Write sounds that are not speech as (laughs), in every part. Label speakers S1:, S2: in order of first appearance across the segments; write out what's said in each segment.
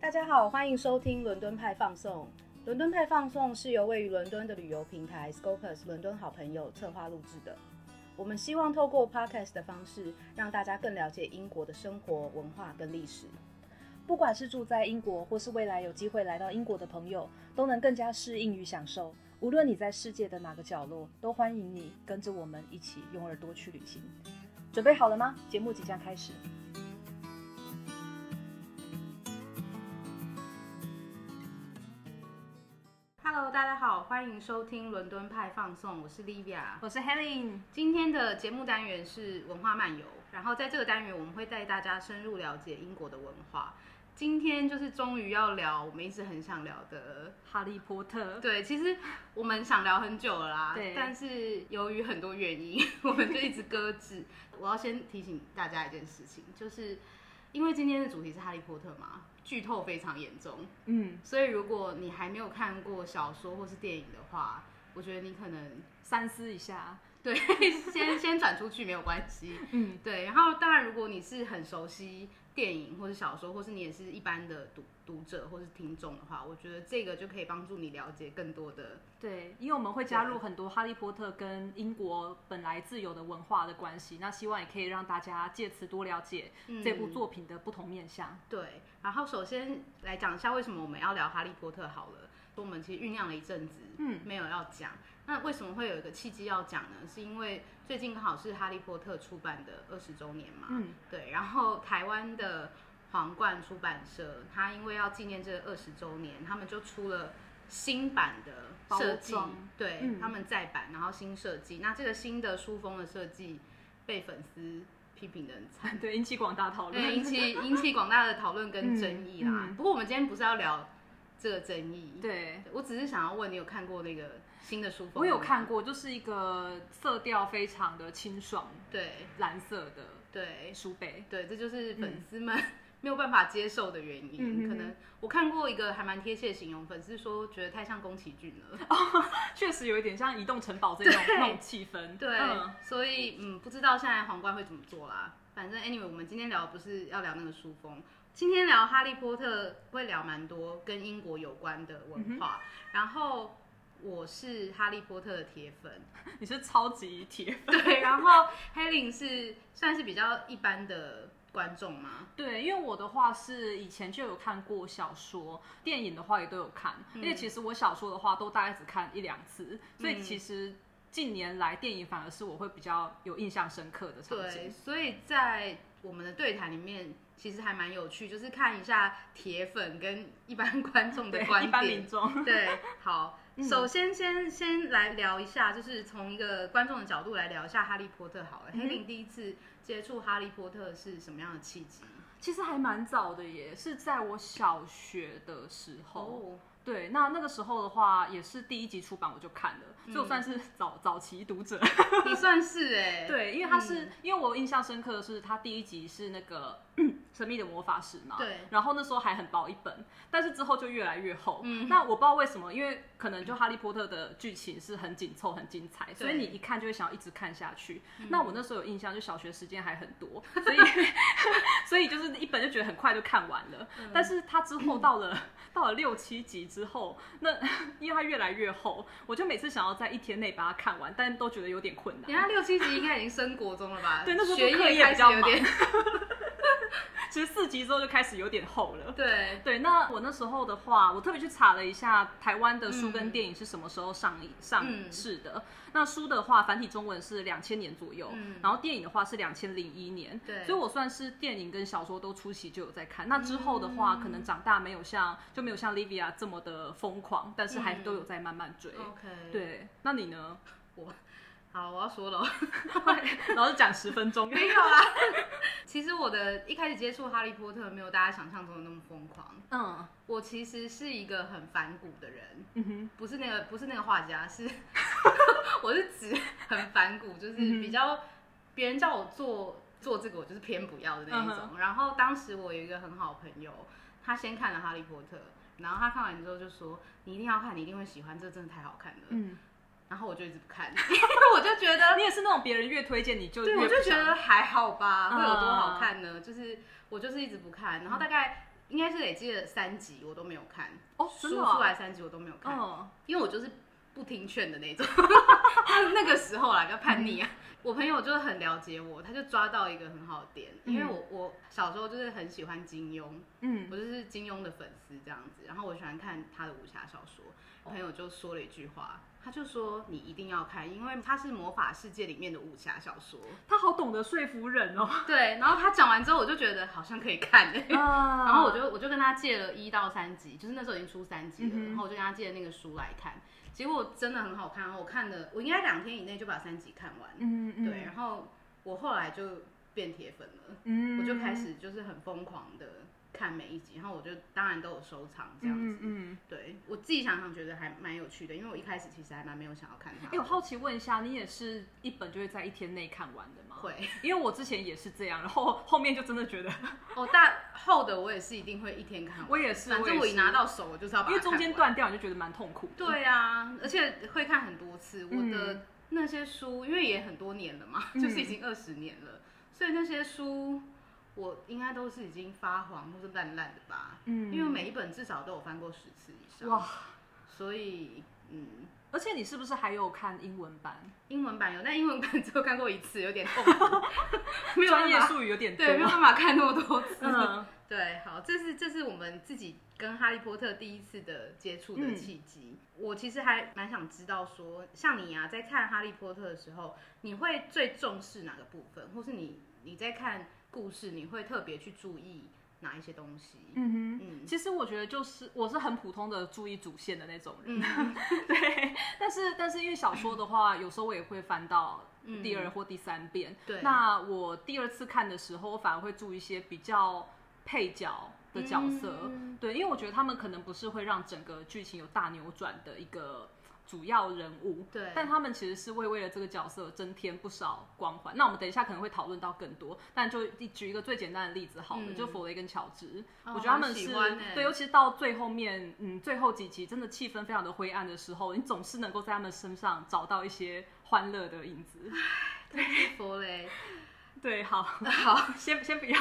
S1: 大家好，欢迎收听伦敦派放送。伦敦派放送是由位于伦敦的旅游平台 Scopus 伦敦好朋友策划录制的。我们希望透过 podcast 的方式，让大家更了解英国的生活文化跟历史。
S2: 不管是住在英国，或是未来有机会来到英国的朋友，都能更加适应与享受。无论你在世界的哪个角落，都欢迎你跟着我们一起用耳朵去旅行。准备好了吗？节目即将开始。
S1: Hello，大家好，欢迎收听伦敦派放送，我是 Livia。
S2: 我是 Helen，
S1: 今天的节目单元是文化漫游，然后在这个单元我们会带大家深入了解英国的文化。今天就是终于要聊我们一直很想聊的
S2: 哈利波特。
S1: 对，其实我们想聊很久了啦，
S2: 对
S1: 但是由于很多原因， (laughs) 我们就一直搁置。我要先提醒大家一件事情，就是因为今天的主题是哈利波特嘛，剧透非常严重，
S2: 嗯，
S1: 所以如果你还没有看过小说或是电影的话，我觉得你可能
S2: 三思一下。
S1: 对 (laughs) 先先转出去没有关系。
S2: 嗯，
S1: 对，然后当然，如果你是很熟悉电影或是小说，或是你也是一般的读读者或是听众的话，我觉得这个就可以帮助你了解更多的。
S2: 对，因为我们会加入很多哈利波特跟英国本来自由的文化的关系，那希望也可以让大家借此多了解这部作品的不同面向。
S1: 对，然后首先来讲一下为什么我们要聊《哈利波特》好了。我们其实酝酿了一阵子，
S2: 嗯，
S1: 没有要讲。那为什么会有一个契机要讲呢？是因为最近刚好是《哈利波特》出版的二十周年嘛，
S2: 嗯，
S1: 对，然后台湾的皇冠出版社，它因为要纪念这二十周年，他们就出了新版的设计
S2: 包装，
S1: 对、
S2: 嗯
S1: 他们再版，然后新设计。那这个新的书封的设计被粉丝批评的很惨，
S2: (laughs) 对，引起广大讨
S1: 对，
S2: 论。
S1: 引起引起广大的讨论跟争议啦。
S2: 嗯嗯
S1: 不过我们今天不是要聊这个争议，
S2: 对，
S1: 我只是想要问你，有看过那个新的书封？
S2: 我有看，过，就是一个色调非常的清爽
S1: 对
S2: 蓝色的
S1: 对
S2: 书背。
S1: 对，这就是粉丝们、没有办法接受的原因。
S2: 嗯嗯嗯嗯
S1: 可能我看过一个还蛮贴切的形容，粉丝说觉得太像宫崎骏了。
S2: (laughs) 确实有一点像移动城堡这种那种气氛。
S1: 对，
S2: 嗯 (laughs)
S1: 所以嗯，不知道现在皇冠会怎么做啦。反正 anyway，我们今天聊不是要聊那个书风，今天聊哈利波特会聊蛮多跟英国有关的文化。然后我是哈利波特的铁粉，
S2: 你是超级铁。
S1: 对，然后 Helen 是算是比较一般的观众嘛，
S2: 对，因为我的话是以前就有看过小说，电影的话也都有看，
S1: 嗯
S2: 而且其实我小说的话都大概只看一两次，所以其实近年来电影反而是我会比较有印象深刻的场
S1: 对，
S2: 景。
S1: 所以在我们的对谈里面。其实还蛮有趣，就是看一下铁粉跟一般观众的观点，
S2: 一般民众。
S1: 对，好，
S2: 嗯
S1: 首先先先来聊一下，就是从一个观众的角度来聊一下《哈利波特》好了。
S2: 嗯
S1: 黑林第一次接触《哈利波特》是什么样的契机？
S2: 其实还蛮早的耶，是在我小学的时候。
S1: 哦，
S2: 对，那那个时候的话，也是第一集出版我就看了，所以我算是早早期读者。
S1: 哦你算是哎、
S2: (laughs) 对，因为他是、因为我印象深刻的是，他第一集是那个 (clears throat) 嗯神秘的魔法石嘛，
S1: 对
S2: 然后那时候还很薄一本，但是之后就越来越厚。嗯，那我不知道为什么，因为可能就哈利波特的剧情是很紧凑、很精彩，所以你一看就会想要一直看下去。那我那时候有印象，就小学时间还很多，所以 (laughs) 所以就是一本就觉得很快就看完了。但是它之后到了、到了六七集之后，那 (laughs) 因为它越来越厚，我就每次想要在一天内把它看完，但都觉得有点困难
S1: 人。家六七级应该已经升国中了吧？
S2: (laughs) 对那时候
S1: 学
S2: 课
S1: 业
S2: 业
S1: 开
S2: 比
S1: 始
S2: 较
S1: 有点
S2: 其实四集之后就开始有点厚
S1: (laughs)
S2: 了。
S1: 对，
S2: 对，那我那时候的话，我特别去查了一下台湾的书跟
S1: 嗯
S2: 电影是什么时候上映、上
S1: 嗯
S2: 市的。那书的话，繁体中文是两千年左右，
S1: 嗯
S2: 然后电影的话是两千零一年。
S1: 对
S2: 所以我算是电影跟小说都出席就有在看。那之后的话，可能
S1: 嗯
S2: 长大没有像就没有像 Livia 这么的疯狂，但是还
S1: 嗯
S2: 都有在慢慢追。
S1: OK，，
S2: 对，那你呢？
S1: 好，我要说了哦。
S2: 老是讲十分钟，
S1: 没有啊，其实我的一开始接触《哈利波特》没有大家想象中的那么疯狂。
S2: 嗯
S1: 我其实是一个很反骨的人，
S2: 嗯哼，
S1: 不是那个不是那个画家， (laughs) 是我是指很反骨，就是比较别人叫我做做这个，我就是偏不要的那一种。
S2: 嗯
S1: 然后当时我有一个很好的朋友，他先看了《哈利波特》，然后他看完之后就说：“你一定要看，你一定会喜欢，这真的太好看了。
S2: 嗯，
S1: 然后我就一直不看，因为 (laughs) 我就觉得，
S2: 你也是那种别人越推荐你就
S1: 对
S2: 越
S1: 我就
S2: 不
S1: 觉
S2: 想
S1: 得还好吧，(laughs) 嗯
S2: 嗯
S1: 会有多好看呢？就是我就是一直不看，然后大概。应该是累积了三集，我都没有看，
S2: 哦，
S1: 出
S2: 真的
S1: 出
S2: 哦、
S1: 来三集我都没有看，
S2: 嗯，
S1: 因为我就是不听劝的那种。 (laughs) 那个时候啦，比较叛逆啊。
S2: 嗯
S1: 我朋友就是很了解我，他就抓到一个很好的点，因为
S2: 嗯
S1: 我我小时候就是很喜欢金庸，
S2: 嗯，
S1: 我就是金庸的粉丝这样子，然后我喜欢看他的武侠小说。我朋友就说了一句话，他就说你一定要看，因为他是魔法世界里面的武侠小
S2: (laughs)
S1: 说。
S2: 他好懂得说服
S1: (laughs)
S2: 人哦。 (laughs)
S1: 对，然后他讲完之后，我就觉得好像可以看、
S2: 然
S1: 然后我就我就跟他借了一到三集，就是那时候已经出三集了，
S2: 嗯哼
S1: 然后我就跟他借那个书来看，结果真的很好看。然后我看了，我应该两天以内就把三集看完。
S2: 嗯嗯
S1: 对，啊然后我后来就变铁粉了，
S2: 嗯
S1: 我就开始就是很疯狂的看每一集，然后我就当然都有收藏这样子。
S2: 嗯嗯。
S1: 对我自己想想觉得还蛮有趣的，因为我一开始其实还蛮没有想要看它
S2: 哎、
S1: 的。
S2: 我好奇问一下，你也是一本就会在一天内看完的
S1: (laughs)
S2: 吗？
S1: 会，
S2: 因为我之前也是这样，然后后面就真的觉得，
S1: 哦，大厚的我也是一定会一天看完，
S2: 我也
S1: 嗯
S2: 是
S1: 反正
S2: 我
S1: 我
S2: 也
S1: 一
S2: 是
S1: 拿到手我就是要把
S2: 因
S1: 它
S2: 为
S1: 看
S2: 中间
S1: 完。
S2: 断掉，你就觉得蛮痛苦。，
S1: 对啊，而且会看很多次。我
S2: 嗯
S1: 的那些书，因为也很多年了嘛，就是已经二十年了，所以那些书我应该都是已经发黄或是烂烂的吧。
S2: 嗯
S1: 因为每一本至少都有翻过十次以上。
S2: 哇，
S1: 所以嗯，
S2: 而且你是不是还有看英文版？
S1: 英文版有，但英文版只有看过一次，有点痛
S2: (laughs)
S1: 苦， (laughs) 没有
S2: 专
S1: 办
S2: 业
S1: 法，
S2: 术语有点多。啊
S1: 对，没有办法看那么多次。
S2: 嗯，
S1: 对，好，这是这是我们自己跟哈利波特第一次的接触的契机。我其实还蛮想知道说，像你啊，在看哈利波特的时候，你会最重视哪个部分，或是你你在看故事，你会特别去注意哪一些东西？
S2: 嗯哼。
S1: 嗯
S2: 其实我觉得就是我是很普通的注意主线的那种人，
S1: 嗯
S2: (laughs) 对。但是但是因为小说的话，有时候我也会翻到第二或第三遍。
S1: 嗯对
S2: 那我第二次看的时候，我反而会注意一些比较配角的角色，
S1: 嗯
S2: 对，因为我觉得他们可能不是会让整个剧情有大扭转的一个主要人物，
S1: 对
S2: 但他们其实是会为了这个角色增添不少光环。那我们等一下可能会讨论到更多，但就一举一个最简单的例子好了，
S1: 嗯
S2: 就弗雷跟乔治，
S1: 哦
S2: 我觉得他们
S1: 很喜
S2: 是、
S1: 欢欸
S2: 对，尤其是到最后面，嗯，最后几集真的气氛非常的灰暗的时候，你总是能够在他们身上找到一些欢乐的影子。
S1: 佛雷，
S2: 对，好，
S1: (laughs) 好，
S2: 先先不要，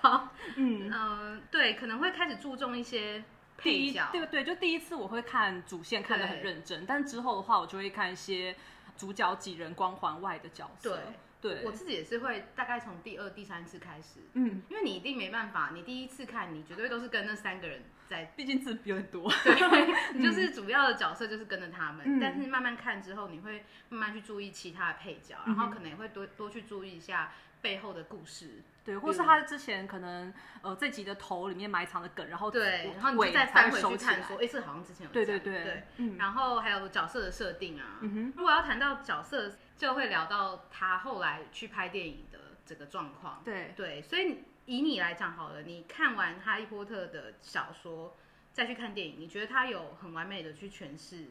S1: 好，
S2: 嗯
S1: 嗯、。对，可能会开始注重一些
S2: 第
S1: 配
S2: 一
S1: 角，
S2: 对对，就第一次我会看主线看得很认真，但之后的话我就会看一些主角几人光环外的角色。对，
S1: 我自己也是会大概从第二、第三次开始，
S2: 嗯，
S1: 因为你一定没办法，你第一次看你绝对都是跟那三个人
S2: (laughs)
S1: 在，
S2: 毕竟字有点
S1: (laughs)
S2: 多。
S1: 对，你就是主要的角色就是跟着他们，
S2: 嗯
S1: 但是慢慢看之后，你会慢慢去注意其他的配角，
S2: 嗯
S1: 然后可能也会多多去注意一下背后的故事，
S2: 对，或是他之前可能呃这集的头里面埋藏的梗，然后
S1: 对
S2: 哦尾，
S1: 然后你就再
S2: 才
S1: 翻
S2: 会
S1: 回
S2: 收
S1: 去
S2: 起来
S1: 看，说，哎，这好像之前有
S2: 对对
S1: 讲
S2: 对
S1: 对，
S2: 嗯
S1: 然后还有角色的设定啊，
S2: 嗯
S1: 如果要谈到角色，就会聊到他后来去拍电影的这个状况
S2: 哼，，对，
S1: 对，所以以你来讲好了，你看完《哈利波特》的小说，再去看电影，你觉得他有很完美的去诠释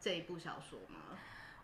S1: 这一部小说吗？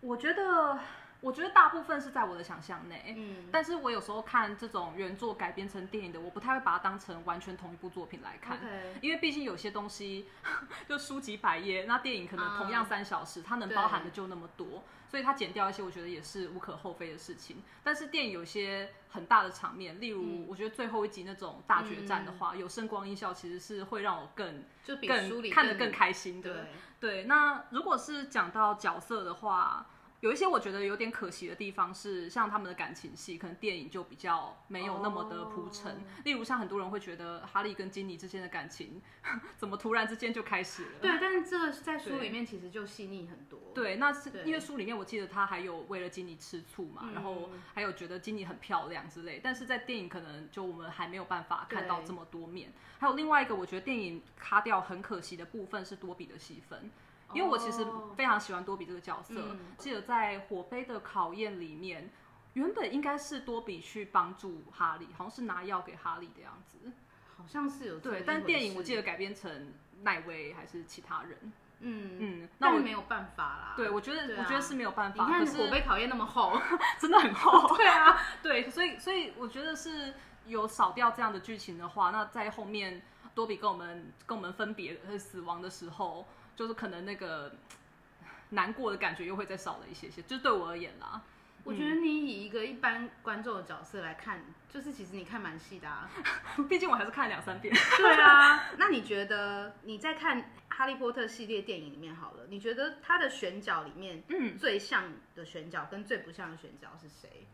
S2: 我觉得我觉得大部分是在我的想象内，
S1: 嗯，
S2: 但是我有时候看这种原作改编成电影的，我不太会把它当成完全同一部作品来看。
S1: OK，
S2: 因为毕竟有些东西 (laughs) 就书几百页，那电影可能同样三小时，它能
S1: 嗯对
S2: 包含的就那么多，所以它剪掉一些，我觉得也是无可厚非的事情。但是电影有一些很大的场面，例如
S1: 嗯
S2: 我觉得最后一集那种大决战的话，有声光音效其实是会让我更
S1: 就比书
S2: 更
S1: 里
S2: 看得更开心的。
S1: 对，
S2: 对，那如果是讲到角色的话，有一些我觉得有点可惜的地方是，像他们的感情戏，可能电影就比较没有那么的铺陈。
S1: 哦
S2: 例如，像很多人会觉得哈利跟金妮之间的感情 (laughs) 怎么突然之间就开始了？
S1: 对，但是这个在书
S2: 对
S1: 里面其实就细腻很多。，
S2: 对，那是
S1: 对
S2: 因为书里面我记得他还有为了金妮吃醋嘛，
S1: 嗯
S2: 然后还有觉得金妮很漂亮之类，但是在电影可能就我们还没有办法看到
S1: 对
S2: 这么多面。还有另外一个，我觉得电影卡掉很可惜的部分是多比的戏份。因为我其实
S1: 哦
S2: 非常喜欢多比这个角色，
S1: 嗯
S2: 记得在火杯的考验里面，原本应该是多比去帮助哈利，好像是拿药给哈利的样子。
S1: 好像是有这么一
S2: 对
S1: 回，
S2: 但电影我记得
S1: 事，
S2: 改编成奈威还是其他人。
S1: 嗯，
S2: 嗯，那
S1: 但
S2: 我
S1: 没有办法啦。
S2: 对，我觉得、
S1: 对啊
S2: 我觉得是没有办
S1: 你
S2: 法，可
S1: 看
S2: 是嗯
S1: 火被考验那么厚，
S2: (laughs) 真的很厚。
S1: 对啊，
S2: 对，所以所以我觉得是有少掉这样的剧情的话，那在后面多比跟我们跟我们分别呃死亡的时候，就是可能那个难过的感觉又会再少了一些些，就是对我而言啦。 (laughs)
S1: 我觉得你以一个一般观众的角色来看，就是其实你看蛮细的啊。
S2: 毕竟我还是看了两三遍。
S1: 对啊， (laughs) 那你觉得你在看《哈利波特》系列电影里面好了，你觉得它的选角里面，嗯，最像的选角跟最不像的选角是谁？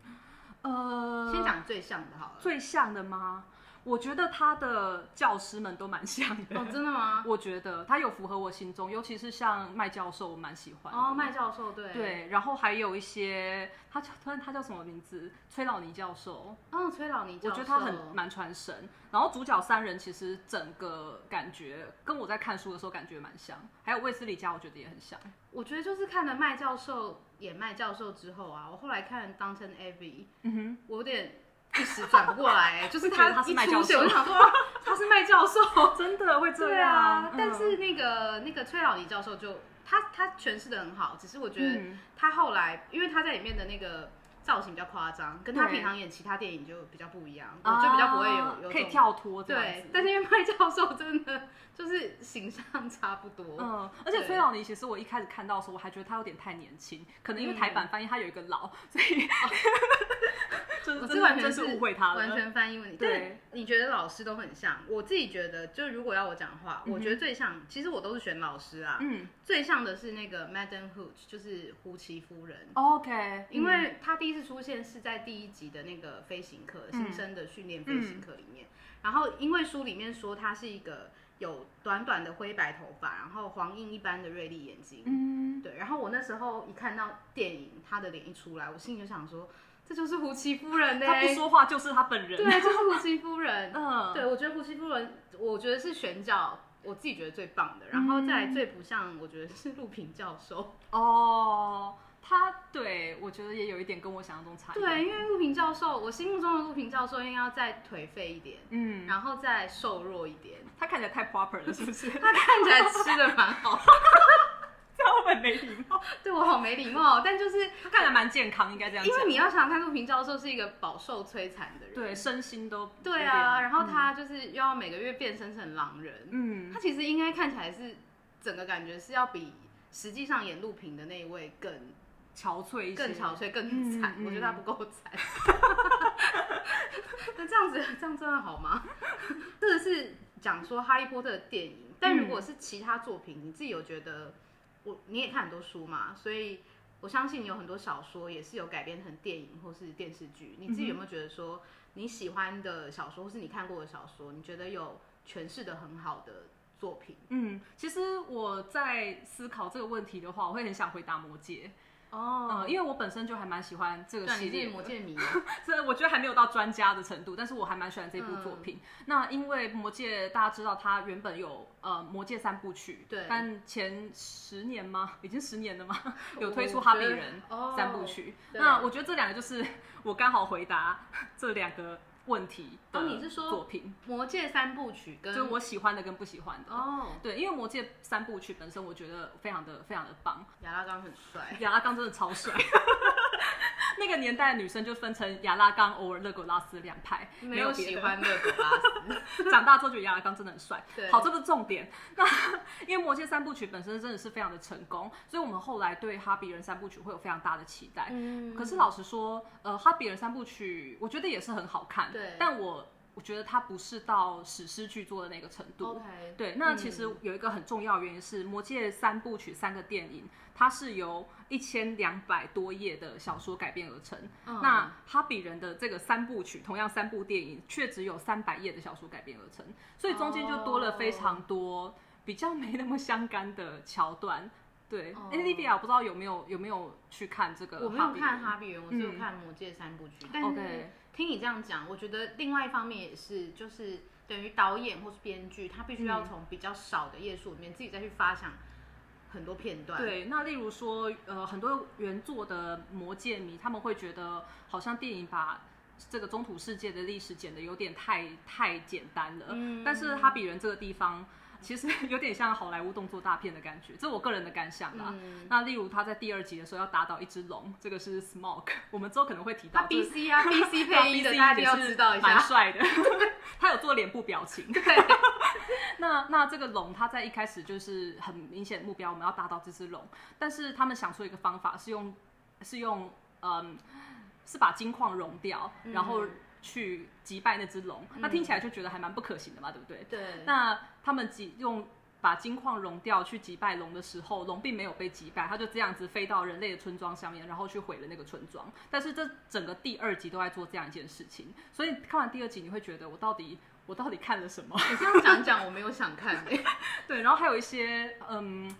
S2: 呃，
S1: 先讲最像的好了。
S2: 最像的吗？我觉得他的教师们都蛮像的。
S1: 哦，真的吗？
S2: 我觉得他有符合我心中，尤其是像麦教授，我蛮喜欢的。
S1: 哦，麦教授，对
S2: 对，然后还有一些，他叫他他叫什么名字？崔老尼教授。
S1: 嗯、哦，崔老尼教授，
S2: 我觉得他很蛮传神。然后主角三人其实整个感觉跟我在看书的时候感觉蛮像，还有卫斯理家，我觉得也很像。
S1: 我觉得就是看了麦教授演麦教授之后啊，我后来看《当成 Avy》，嗯哼，我有点。一时转不过
S2: (laughs)
S1: 来、欸，就是他一出现，我就想说他是麦教 (laughs) 授，
S2: 真的会这样。
S1: 对啊，嗯、但是那个那个崔老尼教授就他他诠释的很好，只是我觉得
S2: 嗯
S1: 他后来，因为他在里面的那个造型比较夸张，跟他平常演其他电影就比较不一样，我就比较不会有、啊、有
S2: 嗯哦可以跳脱。
S1: 对，但是因为麦教授真的就是形象差不多，
S2: 嗯，而且崔老尼其实我一开始看到的时候，我还觉得他有点太年轻，可能因为台
S1: 嗯
S2: 版翻译他有一个老，所以。哦 (laughs)
S1: 我
S2: 这
S1: 完全
S2: 是误会他了，
S1: 完全翻译问题。
S2: 对，
S1: 你觉得老师都很像？我自己觉得，就如果要我讲的
S2: 嗯
S1: 话，我觉得最像，其实我都是选老师啊。嗯，最像的是那个 Madam Hooch，就是胡奇夫人。
S2: OK，
S1: 因为她第一次出现是在第一集的那个飞行课，
S2: 嗯
S1: 新生的训练飞行课里面。然后因为书里面说她是一个有短短的灰白头发，然后黄印一般的锐利眼睛。嗯，对。然后我那时候一看到电影她的脸一出来，我心里就想说。这就是胡奇夫人呢、
S2: 欸，他不说话就是他本人，
S1: 对，就是胡奇夫
S2: (laughs)
S1: 人。嗯，对，我觉得胡奇夫人，我觉得是选角，我自己觉得最棒的。然后
S2: 嗯
S1: 再最不像，我觉得是陆平教授。
S2: 哦，他对我觉得也有一点跟我想象中差。
S1: 对，因为陆平教授，我心目中的陆平教授应该要再颓废一点，嗯，然后再瘦弱一点。 (laughs)
S2: 他看起来太 proper 了，是不是？
S1: 他看起来吃的蛮好。 (laughs)
S2: 我很没礼貌，
S1: 对我好没礼貌，哦但就是
S2: 他看起来蛮健康，应该这样。
S1: 因为你要想看陆平教授是一个饱受摧残的人，
S2: 对身心都
S1: 对啊，然后他就是又要每个月变身成狼人，嗯，他其实应该看起来是整个感觉是要比实际上演陆平的那一位更
S2: 憔悴一些，
S1: 更憔悴
S2: 嗯
S1: 更惨，我觉得他不够惨。 (laughs) 那这样子这样真的好吗？ (laughs) 这个是讲说哈利波特的电影，但如果
S2: 嗯
S1: 是其他作品，你自己有觉得？我你也看很多书嘛，所以我相信你有很多小说也是有改编成电影或是电视剧。你自己有没有觉得说你喜欢的小说，或是你看过的小说，你觉得有诠释的很好的作品？
S2: 嗯，其实我在思考这个问题的话，我会很想回答《魔戒》。哦、oh, 呃，因为我本身就还蛮喜欢这个系列，
S1: 啊魔戒
S2: (laughs)
S1: 迷，啊
S2: 这我觉得还没有到专家的程度，但是我还蛮喜欢这部作品。嗯、那因为魔戒，大家知道它原本有呃魔戒三部曲，
S1: 对，
S2: 但前十年吗？已经十年
S1: (laughs)
S2: 了吗？有推出哈比人三部曲。哦、那我觉得这两个就是 (laughs) 我刚好回答这两个。问题的
S1: 哦，你是说
S2: 作品
S1: 《魔戒》三部曲跟
S2: 就我喜欢的跟不喜欢的
S1: 哦，
S2: 对，因为《魔戒》三部曲本身我觉得非常的非常的棒，
S1: 亚拉冈很帅，
S2: 亚拉冈真的超帅。 (laughs) 那个年代的女生就分成亚拉冈、偶尔勒狗拉斯两派，
S1: 没
S2: 有
S1: 喜欢勒狗 (laughs) 拉
S2: 斯。 (laughs) 长大之后觉得亚拉冈真的很帅。好，这不是重点。 (laughs) 那因为《魔戒》三部曲本身真的是非常的成功，所以我们后来对《哈比人》三部曲会有非常大的期待。嗯，可是老实说，呃，《哈比人》三部曲我觉得也是很好看，
S1: 对，
S2: 但我。我觉得它不是到史诗巨作的那个程度。
S1: OK，
S2: 对，那其
S1: 嗯
S2: 实有一个很重要原因是，嗯《魔戒》三部曲三个电影，它是由一千两百多页的小说改编而成。嗯、那《哈比人》的这个三部曲，同样三部电影，却只有三百页的小说改编而成，所以中间就多了非
S1: 哦
S2: 常多比较没那么相干的桥段。对，哎，Livia，我不知道有没有有没有去看这个？
S1: 哦我没有看《哈比嗯人》，我只有看《魔戒》三部曲。但是听你这样讲，我觉得另外一方面也是，就是等于导演或是编剧，他必须要从比较少的页数里面自己再去发想很多片段。
S2: 对，那例如说，呃，很多原作的魔戒迷，他们会觉得好像电影把。这个中土世界的历史剪的有点太太简单了，嗯、但是哈比人这个地方其实 (laughs) 有点像好莱坞动作大片的感觉，这我个人的感想
S1: 啊
S2: 啦。嗯、那例如他在第二集的时候要打倒一只龙，这个是 Smog，我们之后可能会提到。
S1: 他 B C (laughs) 啊，B C 配音的大家要知道一下，
S2: 蛮帅的， (laughs) 他有做脸部表情。
S1: 对，
S2: (laughs) 那那这个龙，它在一开始就是很明显目标，我们要打倒这只龙，但是他们想出一个方法是用是用。嗯，是把金矿融掉，
S1: 嗯
S2: 然后去击败那只龙。那听起来就觉得还蛮不可行的嘛，对不对？
S1: 对，
S2: 那他们击用把金矿融掉去击败龙的时候，龙并没有被击败，它就这样子飞到人类的村庄上面，然后去毁了那个村庄。但是这整个第二集都在做这样一件事情，所以看完第二集你会觉得我到底我到底看了什么？ (laughs)
S1: 你这样讲一讲，我没有想 (laughs) 看、欸。
S2: 对，然后还有一些嗯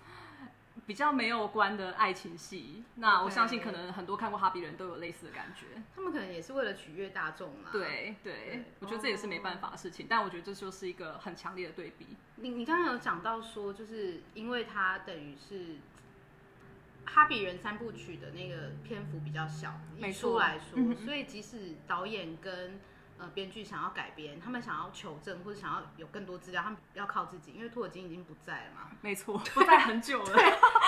S2: 比较没有关的爱情戏，那我
S1: OK
S2: 相信可能很多看过《哈比人》都有类似的感觉。
S1: 他们可能也是为了取悦大众啦。，
S2: 对对
S1: 对，
S2: 我觉得这也是没办法的事情，但我觉得这就是一个很强烈的对比。
S1: 你你刚刚有讲到说，就是因为它等于是《哈比人》三部曲的那个篇幅比较小，
S2: 没
S1: 以
S2: 错
S1: 书来说，
S2: 嗯
S1: 所以即使导演跟呃编剧想要改编，他们想要求证或者想要有更多资料，他们要靠自己，因为托尔金已经不在
S2: (laughs)
S1: 了嘛，
S2: 没错，不在很久了。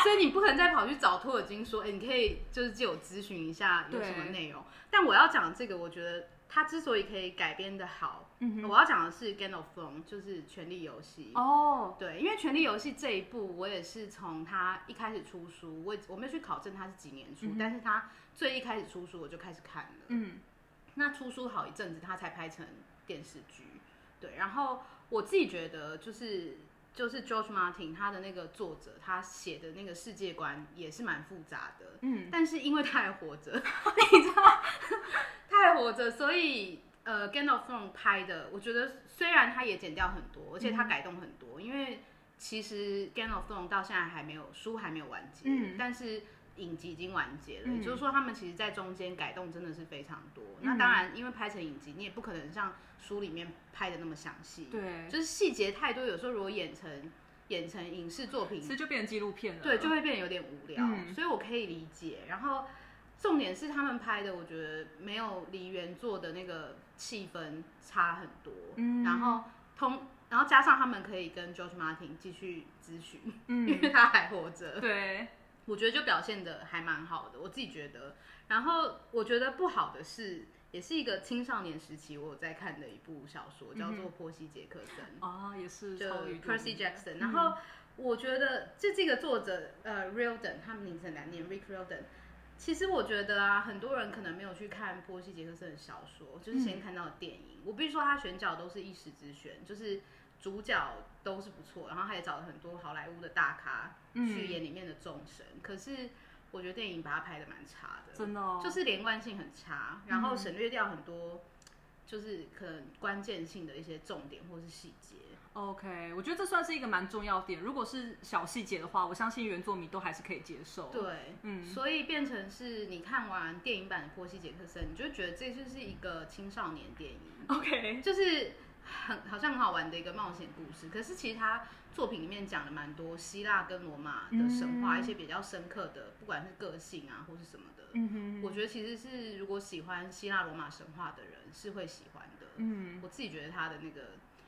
S1: 所以你不可能再跑去找托尔金说，哎、你可以就是借我咨询一下有什么
S2: 对
S1: 内容。但我要讲这个，我觉得他之所以可以改编的好，
S2: 嗯
S1: 我要讲的是《Game of Thrones》，就是《权力游戏》
S2: 哦，
S1: 对，因为《权力游戏》这一部，我也是从他一开始出书，我也我没有去考证他是几年出，但是他最一开始出书我就开始看了。
S2: 嗯，
S1: 那出书好一阵子，他才拍成电视剧。对，然后我自己觉得就是就是 George Martin 他的那个作者，他写的那个世界观也是蛮复杂的。
S2: 嗯，
S1: 但是因为他还活着， (laughs) 你知道， (laughs) 他还活着，所以呃 g a n d a l f o n 拍的，我觉得虽然他也剪掉很多，而且他改动很多，因为其实 g a n d a l f o n 到现在还没有书还没有完结，
S2: 嗯
S1: 但是影集已经完结了，
S2: 嗯
S1: 也就是说他们其实在中间改动真的是非常多。
S2: 嗯
S1: 那当然，因为拍成影集，你也不可能像书里面拍的那么详细，
S2: 对，
S1: 就是细节太多，有时候如果演成演成影视作品
S2: 其，实就变成纪录片了。
S1: 对，就会变得有点无聊，
S2: 嗯
S1: 所以我可以理解。然后重点是他们拍的，我觉得没有离原作的那个气氛差很多。
S2: 嗯
S1: 然后通，然后加上他们可以跟 George Martin 继续咨询， (laughs) 因
S2: 嗯，
S1: 为他还活着，
S2: 对，
S1: 我觉得就表现的还蛮好的，我自己觉得。然后我觉得不好的是。也是一个青少年时期我有在看的一部小说，
S2: 嗯
S1: 叫做《波西·杰克森》。
S2: 啊，也是
S1: 就
S2: 超于
S1: Percy
S2: 嗯
S1: Jackson。然后我觉得这这个作者呃 Riordan，他们名字很难念 Rick Riordan。其实我觉得啊，很多人可能没有去看波西·杰克森的小说，就是先看到电影。我必须说，他选角都是一时之选，就是主角都是不错，然后他也找了很多好莱坞的大咖
S2: 嗯
S1: 去演里面的众神。可是我觉得电影把它拍的蛮差的，
S2: 真的哦，
S1: 就是连贯性很差，然后省略掉很多就是可能关键性的一些重点或是细节。
S2: OK，我觉得这算是一个蛮重要点。如果是小细节的话，我相信原作迷都还是可以接受。，
S1: 对，
S2: 嗯，
S1: 所以变成是你看完电影版的《波西·杰克森》，你就觉得这就是一个青少年电影，
S2: ，OK，
S1: 就是很好像很好玩的一个冒险故事。可是其实他作品里面讲了蛮多希腊跟罗马的神话，
S2: 嗯
S1: 一些比较深刻的，不管是个性啊或是什么的。
S2: 嗯哼，
S1: 我觉得其实是如果喜欢希腊罗马神话的人是会喜欢的。
S2: 嗯，
S1: 我自己觉得他的那个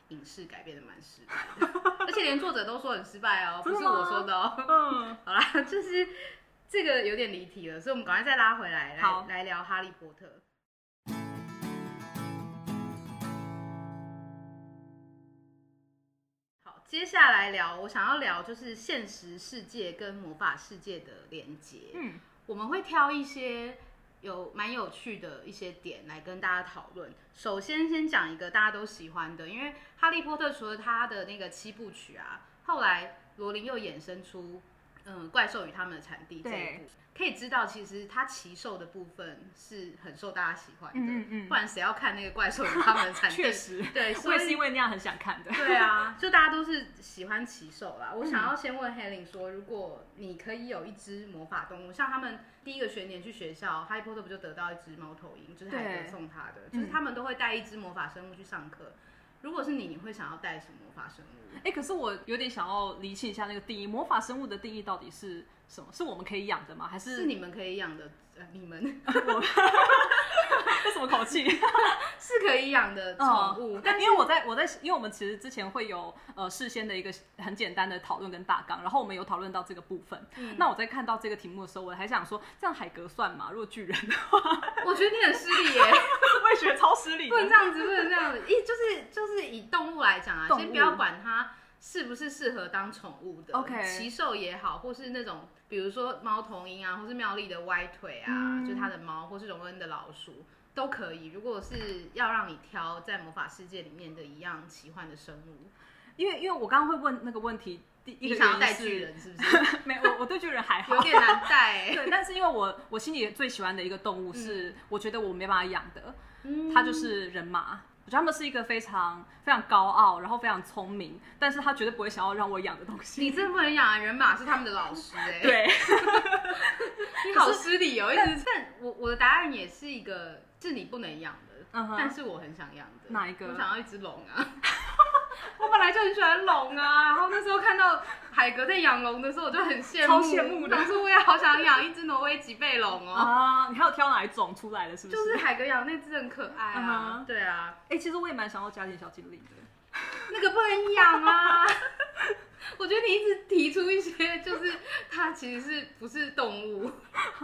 S1: 影视改编的蛮失败的，而且连作者都说很失败哦，不
S2: (laughs) 真的
S1: 是我
S2: 吗
S1: 说的哦。
S2: 嗯，
S1: 好啦， (laughs) 就是这个有点离题了，所以我们赶快再拉回来，来
S2: 好
S1: 来聊《哈利波特》。好，接下来聊，我想要聊就是现实世界跟魔法世界的连接。
S2: 嗯，
S1: 我们会挑一些有蛮有趣的一些点来跟大家讨论。首先，先讲一个大家都喜欢的，因为《哈利波特》除了他的那个七部曲啊，后来罗琳又衍生出嗯、呃怪兽与他们的产地》这一部
S2: 对，
S1: 可以知道其实他奇兽的部分是很受大家喜欢的，
S2: 嗯嗯嗯
S1: 不然谁要看那个怪兽与他们的产地？
S2: (laughs) 确实，
S1: (laughs) 对，
S2: 我
S1: 所
S2: 也
S1: 以
S2: 是因为那样很想看的。
S1: 对啊， (laughs) 就大家都是喜欢骑手啦。我想要先问 Helen 说，如果你可以有一只魔法动物，像他们第一个学年去学校，哈利波特不就得到一只猫头鹰，就是海德
S2: 对
S1: 送他的，就是他们都会带一只魔法生物去上课。如果是你，你会想要带什么魔法生物？
S2: 哎、可是我有点想要厘清一下那个定义，魔法生物的定义到底是什么？是我们可以养的吗？还是
S1: 是你们可以养的，呃，你们 (laughs)
S2: 为什么口气？
S1: 是可以养的
S2: 哦
S1: 宠物，但
S2: 因为我在我在，因为我们其实之前会有呃事先的一个很简单的讨论跟大纲，然后我们有讨论到这个部分。
S1: 嗯
S2: 那我在看到这个题目的时候，我还想说，这样海格算吗？如果巨人的话，
S1: 我觉得你很失礼耶，
S2: 我也觉得超失礼
S1: (laughs) 不能
S2: 的。
S1: 这样子，不能这样子，一就是就是以动物来讲啊，
S2: 动物
S1: 先不要管它是不是适合当宠物的
S2: OK
S1: 奇兽也好，或是那种比如说猫头鹰啊，或是妙丽的歪腿啊，
S2: 嗯
S1: 就它的猫，或是荣恩的老鼠都可以。如果是要让你挑在魔法世界里面的一样奇幻的生物，
S2: 因为因为我刚刚会问那个问题，第一
S1: 你
S2: 个
S1: 想要
S2: 原因
S1: 带巨
S2: 是
S1: 人是不是？
S2: (laughs) 没我我对巨人还好
S1: 有，点难带、
S2: (laughs)
S1: 欸。
S2: 对，但是因为我我心里最喜欢的一个动
S1: 嗯
S2: 物是，我觉得我没办法养的，它就是人马。我觉得他们是一个非常非常高傲，然后非常聪明，但是他绝对不会想要让我养的东西。
S1: 你真不能养啊！人马是他们的老师哎、欸，，
S2: 对，
S1: 你好失礼哦，一直但我我的答案也是一个是你不能养的，
S2: 嗯
S1: 但
S2: 哼，
S1: 是我很想养的。
S2: 哪一个
S1: 我想要一只龙啊！ (laughs) 我本来就很喜欢龙啊，然后那时候看到海格在养龙的时候，我就很羡慕，
S2: 超羡慕的
S1: 当时我也好想养一只挪威脊背龙哦，
S2: 啊，你还有挑哪一种出来的？是不是？
S1: 就是海格养那只很可爱啊
S2: 嗯哼
S1: 对啊，
S2: 哎、其实我也蛮想要家庭小精灵的。 (laughs)
S1: 那个不能养啊。 (laughs) 我觉得你一直提出一些，就是它其实是不是动物？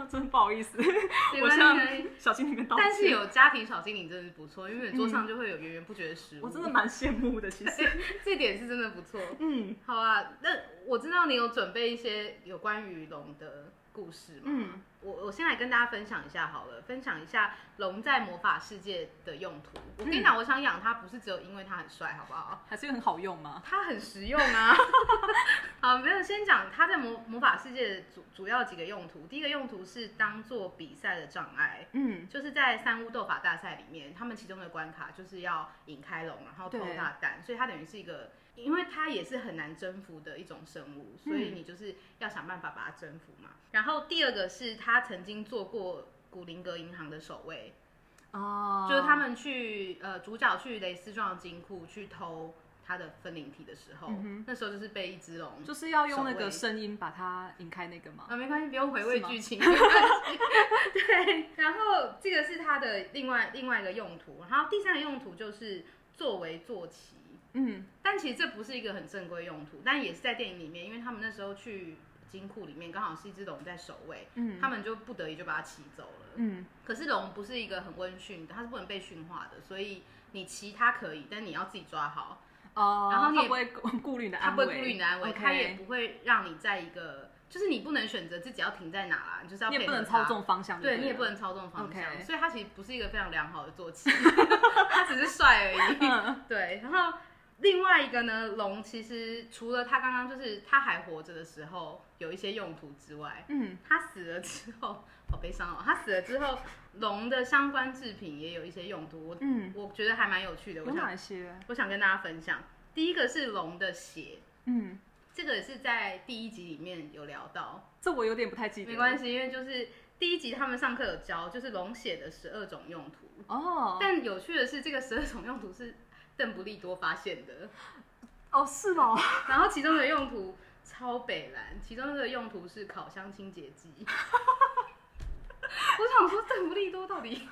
S2: 真不好意思，
S1: 没
S2: 我
S1: 关系
S2: 向
S1: 没关系
S2: 小精灵跟道歉。
S1: 但是，有家庭小精灵真的不错，因为桌上就会有源源不嗯绝的食物。
S2: 我真的蛮羡慕的。其实，
S1: 这点是真的不错。
S2: 嗯
S1: 好啊，那我知道你有准备一些有关于龙的故事嘛？
S2: 嗯，
S1: 我我先来跟大家分享一下好了，分享一下龙在魔法世界的用途。我跟你讲，我想养它不是只有因为它很帅，好不好？
S2: 还是因为很好用吗？
S1: 它很实用啊。好，没有先讲它在魔魔法世界的主主要几个用途。第一个用途是当做比赛的障碍。
S2: 嗯，
S1: 就是在三巫斗法大赛里面，他们其中的关卡就是要引开龙，然后偷
S2: 对
S1: 它的蛋，所以它等于是一个，因为它也是很难征服的一种生物，所
S2: 嗯
S1: 以你就是要想办法把它征服嘛。然后第二个是他曾经做过古灵阁银行的守卫，
S2: 哦
S1: 就是他，们去呃主角去雷斯庄的金库去偷他的分灵体的时候，
S2: 嗯
S1: 那时候就是被一只龙。
S2: 就是要用那
S1: 守卫
S2: 个声音把它引开那个嘛。
S1: 啊，没关系，不用回味
S2: 是吗
S1: 剧情，没关
S2: (laughs)
S1: 系。对，然后这个是它的另外另外一个用途，然后第三个用途就是作为坐骑，
S2: 嗯，
S1: 但其实这不是一个很正规用途，但也是在电影里面，因为他们那时候去金库里面刚好是一只龙在守卫，
S2: 嗯
S1: 他们就不得已就把它骑走了。
S2: 嗯，
S1: 可是龙不是一个很温驯的，它是不能被驯化的，所以你骑它可以，但你要自己抓好。
S2: 哦，
S1: 然后你
S2: 它
S1: 也
S2: 不会顾顾虑你的
S1: 他
S2: 安哦
S1: 不
S2: 危，
S1: 会顾虑你的安危，
S2: OK
S1: 他也不会让你在一个，就是你不能选择自己要停在哪啦，你就是要
S2: 你也
S1: 配
S2: 不
S1: 合
S2: 能
S1: 它
S2: 操，纵方向就
S1: 对
S2: 了，
S1: 你也不能操纵方向
S2: OK
S1: 所以他其实不是一个非常良好的坐
S2: (laughs)
S1: 骑，他只是帅而已。
S2: 嗯
S1: 对，然后另外一个呢，龙其实除了他刚刚就是他还活着的时候有一些用途之外，
S2: 嗯，
S1: 他死了之后， (laughs) 好悲伤哦，他死了之后，龙的相关制品也有一些用途，我
S2: 嗯，
S1: 我觉得还蛮有趣的，我
S2: 有
S1: 想
S2: 哪一些？
S1: 我想跟大家分享。第一个是龙的血，
S2: 嗯，
S1: 这个是在第一集里面有聊到，
S2: 这我有点不太记得，
S1: 没关
S2: 系
S1: 系，因为就是第一集他们上课有教，就是龙血的十二种用途。
S2: 哦，
S1: 但有趣的是，这个十二种用途是邓布利多发现的，
S2: 哦是哦，
S1: 然后其中的用途超北蓝，其中一个用途是烤箱清洁剂。 (laughs) 我想说邓布利多到
S2: (laughs)
S1: 底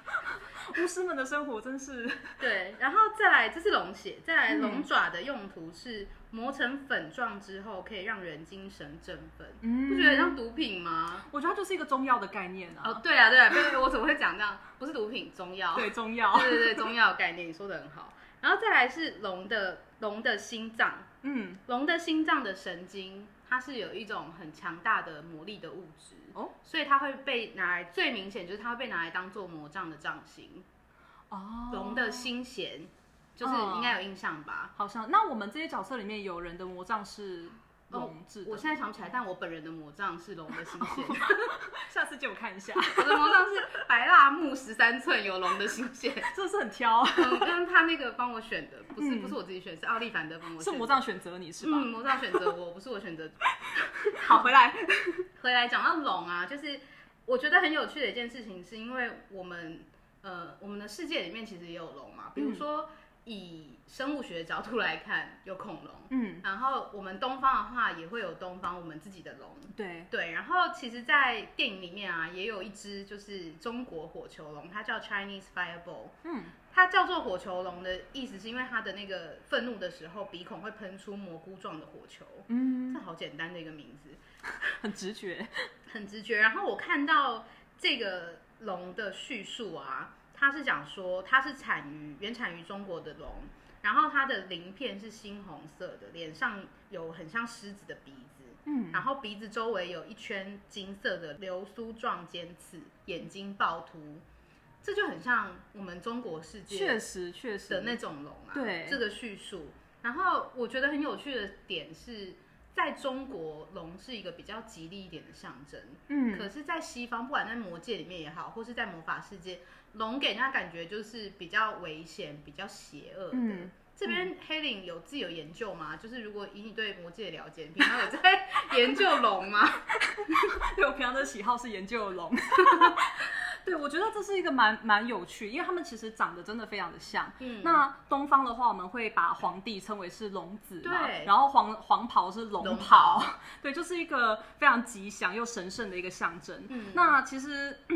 S2: (laughs) 巫师们的生活真是，
S1: 对，然后再来这是龙血，再来
S2: 嗯
S1: 龙爪的用途是磨成粉状之后可以让人精神振奋，
S2: 嗯
S1: 不觉得像毒品吗？
S2: 我觉得它就是一个中药的概念
S1: 哦
S2: 啊，，
S1: 对啊，对啊，对，我怎么会讲这样？不是毒品，中药。
S2: 对中药，
S1: 对对对，中药的概念，你说的很好。然后再来是龙的龙的心脏，
S2: 嗯，
S1: 龙的心脏的神经，它是有一种很强大的魔力的物质
S2: 哦，
S1: 所以它会被拿来最明显就是它会被拿来当做魔杖的杖形。
S2: 哦，
S1: 龙的心弦，就是
S2: 哦
S1: 应该有印象吧？
S2: 好像那我们这些角色里面有人的魔杖是龙制的，
S1: 我现在想不起来，但我本人的魔杖是龙的心
S2: (laughs)
S1: 弦，
S2: 下次借我看一下，
S1: 我的魔杖是白蜡木十三寸，有龙的心弦。
S2: 真的 (laughs) 是很 (laughs) 挑，
S1: 嗯，但他那个帮我选的，不是
S2: 嗯
S1: 不是我自己选，是奥利凡德帮我选
S2: 是
S1: 的
S2: 魔杖选择你是吧？
S1: 嗯，魔杖选择我，不是我选择。
S2: 嗯 (laughs) 好，回来，
S1: 回来讲到龙啊，就是我觉得很有趣的一件事情，是因为我们呃我们的世界里面其实也有龙嘛，比
S2: 嗯
S1: 如说以生物学的角度来看，有恐龙，
S2: 嗯，
S1: 然后我们东方的话也会有东方我们自己的龙。
S2: 对，
S1: 对，然后其实，在电影里面啊，也有一只就是中国火球龙，它叫 Chinese Fireball。
S2: 嗯，
S1: 它叫做火球龙的意思是因为它的那个愤怒的时候，鼻孔会喷出蘑菇状的火球。
S2: 嗯，
S1: 这好简单的一个名字，
S2: 很直觉，
S1: 很直觉。然后我看到这个龙的叙述啊，他是讲说它是产于原产于中国的龙，然后它的鳞片是猩红色的，脸上有很像狮子的鼻子，
S2: 嗯，
S1: 然后鼻子周围有一圈金色的流苏状尖刺，眼睛暴突，这就很像我们中国世界
S2: 确实确实
S1: 的那种龙啊。
S2: 对
S1: 这个叙述。然后我觉得很有趣的点是，在中国龙是一个比较吉利一点的象征，
S2: 嗯
S1: 可是，在西方，不管在魔界里面也好，或是在魔法世界，龙给人家感觉就是比较危险、比较邪恶的。
S2: 嗯
S1: 这边黑领有自己有研究吗？就是如果以你对魔界的了解，你平常有在研究龙吗？
S2: (laughs) 对我平常的喜好是研究龙。 (laughs) 对，我觉得这是一个蛮蛮有趣，因为他们其实长得真的非常的像。
S1: 嗯
S2: 那东方的话，我们会把皇帝称为是龙子嘛，
S1: 对
S2: 然后黄黄袍是龙
S1: 龙
S2: 袍，
S1: 袍
S2: (laughs) 对，就是一个非常吉祥又神圣的一个象征。
S1: 嗯
S2: 那其实。 (clears throat)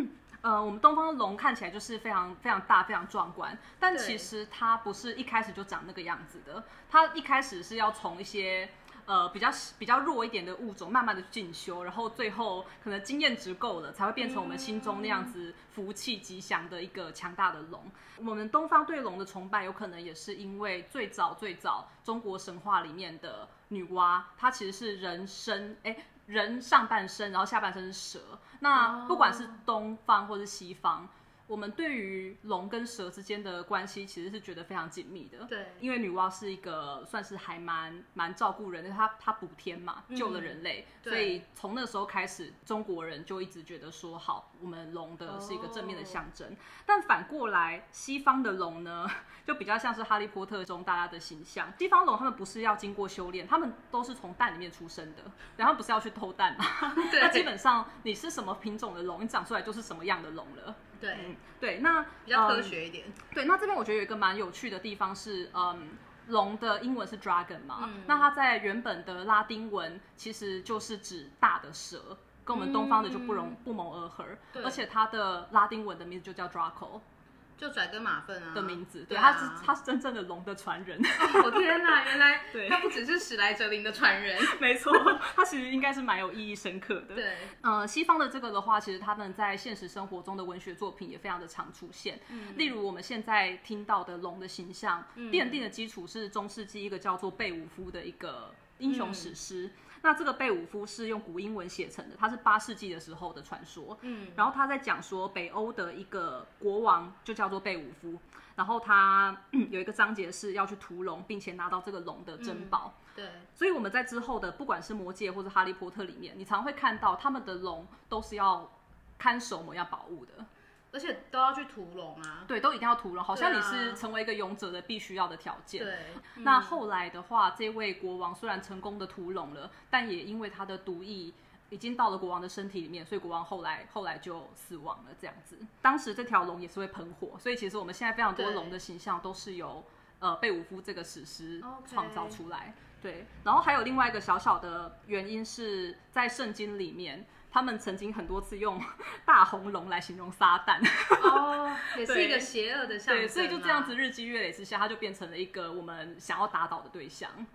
S2: 呃，我们东方的龙看起来就是非常非常大、非常壮观，但
S1: 对
S2: 其实它不是一开始就长那个样子的，它一开始是要从一些呃比较比较弱一点的物种慢慢的进修，然后最后可能经验值够了，才会变成我们心中那样
S1: 嗯
S2: 子福气吉祥的一个强大的龙。我们东方对龙的崇拜，有可能也是因为最早最早中国神话里面的女娲，她其实是人身哎。人上半身，然后下半身是蛇。那不管是
S1: 哦
S2: 东方或是西方，我们对于龙跟蛇之间的关系，其实是觉得非常紧密的。
S1: 对，
S2: 因为女娲是一个算是还蛮蛮照顾人的，她她补天嘛，救了人类，
S1: 嗯对
S2: 所以从那时候开始，中国人就一直觉得说好，我们龙的是一个正面的象征。
S1: 哦
S2: 但反过来，西方的龙呢， (laughs) 就比较像是哈利波特中大家的形象。西方龙他们不是要经过修炼，他们都是从蛋里面出生的，然后不是要去偷蛋嘛？那基
S1: 对
S2: 本上你是什么品种的龙，你长出来就是什么样的龙了。
S1: 对，
S2: 嗯，对，那
S1: 比较科
S2: 嗯
S1: 学一点。
S2: 对，那这边我觉得有一个蛮有趣的地方是，嗯，龙的英文是 dragon 嘛，
S1: 嗯
S2: 那它在原本的拉丁文其实就是指大的蛇，跟我们东方的就不容、
S1: 嗯
S2: 不谋而合。
S1: 对
S2: 而且它的拉丁文的名字就叫 Draco
S1: 就拽跟马粪啊
S2: 的名字，对，
S1: 啊
S2: 它是它是真正的龙的
S1: (laughs)
S2: 传人，
S1: 我天哪，原来
S2: (laughs) 对
S1: 他不只是史莱哲林的传
S2: (laughs)
S1: 人，
S2: 没错，它其实应该是蛮有意义深刻的。
S1: 对，
S2: 呃，西方的这个的话，其实他们在现实生活中的文学作品也非常的常出现。
S1: 嗯
S2: 例如我们现在听到的龙的形象，奠定的基础是中世纪一个叫做贝武夫的一个英雄史诗。那这个贝武夫是用古英文写成的，它是八世纪的时候的传说。
S1: 嗯，
S2: 然后他在讲说北欧的一个国王就叫做贝武夫，然后他、嗯有一个章节是要去屠龙，并且拿到这个龙的珍宝。
S1: 对，
S2: 所以我们在之后的不管是魔界或者哈利波特里面，你常会看到他们的龙都是要看守某样宝物的，
S1: 而且都要去屠龙啊，
S2: 对，都一定要屠龙，好像
S1: 对
S2: 你
S1: 啊
S2: 是成为一个勇者的必须要的条件。
S1: 对，嗯
S2: 那后来的话，这位国王虽然成功的屠龙了，但也因为他的毒液已经到了国王的身体里面，所以国王后来后来就死亡了。这样子，当时这条龙也是会喷火，所以其实我们现在非常多
S1: 对
S2: 龙的形象都是由呃贝武夫这个史诗
S1: OK
S2: 创造出来。对，然后还有另外一个小小的原因是在圣经里面，他们曾经很多次用大红龙来形容撒旦。
S1: 哦，也是
S2: (laughs) 对
S1: 一个邪恶的象征啊，
S2: 对，所以就这样子日积月累之下，它就变成了一个我们想要打倒的对象。嗯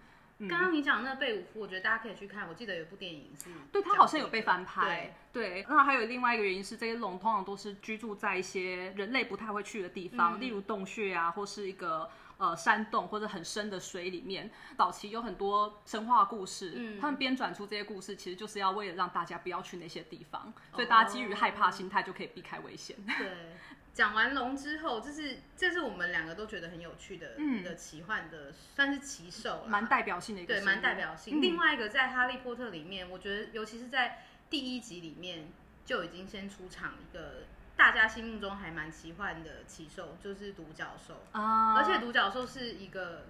S1: 刚刚你讲的那贝武夫，我觉得大家可以去看。我记得有部电影是讲这个，
S2: 对，它好像有被翻拍。对，那还有另外一个原因是，这些龙通常都是居住在一些人类不太会去的地方，
S1: 嗯
S2: 例如洞穴啊，或是一个。呃，山洞或者很深的水里面，早期有很多神话故事，
S1: 嗯
S2: 他们编撰出这些故事，其实就是要为了让大家不要去那些地方，所以大家基于害怕心态就可以避开危险。
S1: 对。对，讲完龙之后，这是这是我们两个都觉得很有趣的、
S2: 嗯
S1: 的奇幻的，算是奇兽啦，
S2: 蛮代表性的一
S1: 哦
S2: 个
S1: 对，
S2: 生
S1: 蛮
S2: 物
S1: 代表性。
S2: 嗯
S1: 另外一个在《哈利波特》里面，我觉得尤其是在第一集里面就已经先出场一个大家心目中还蛮奇幻的奇兽，就是独角兽。
S2: 啊，
S1: 而且独角兽是一个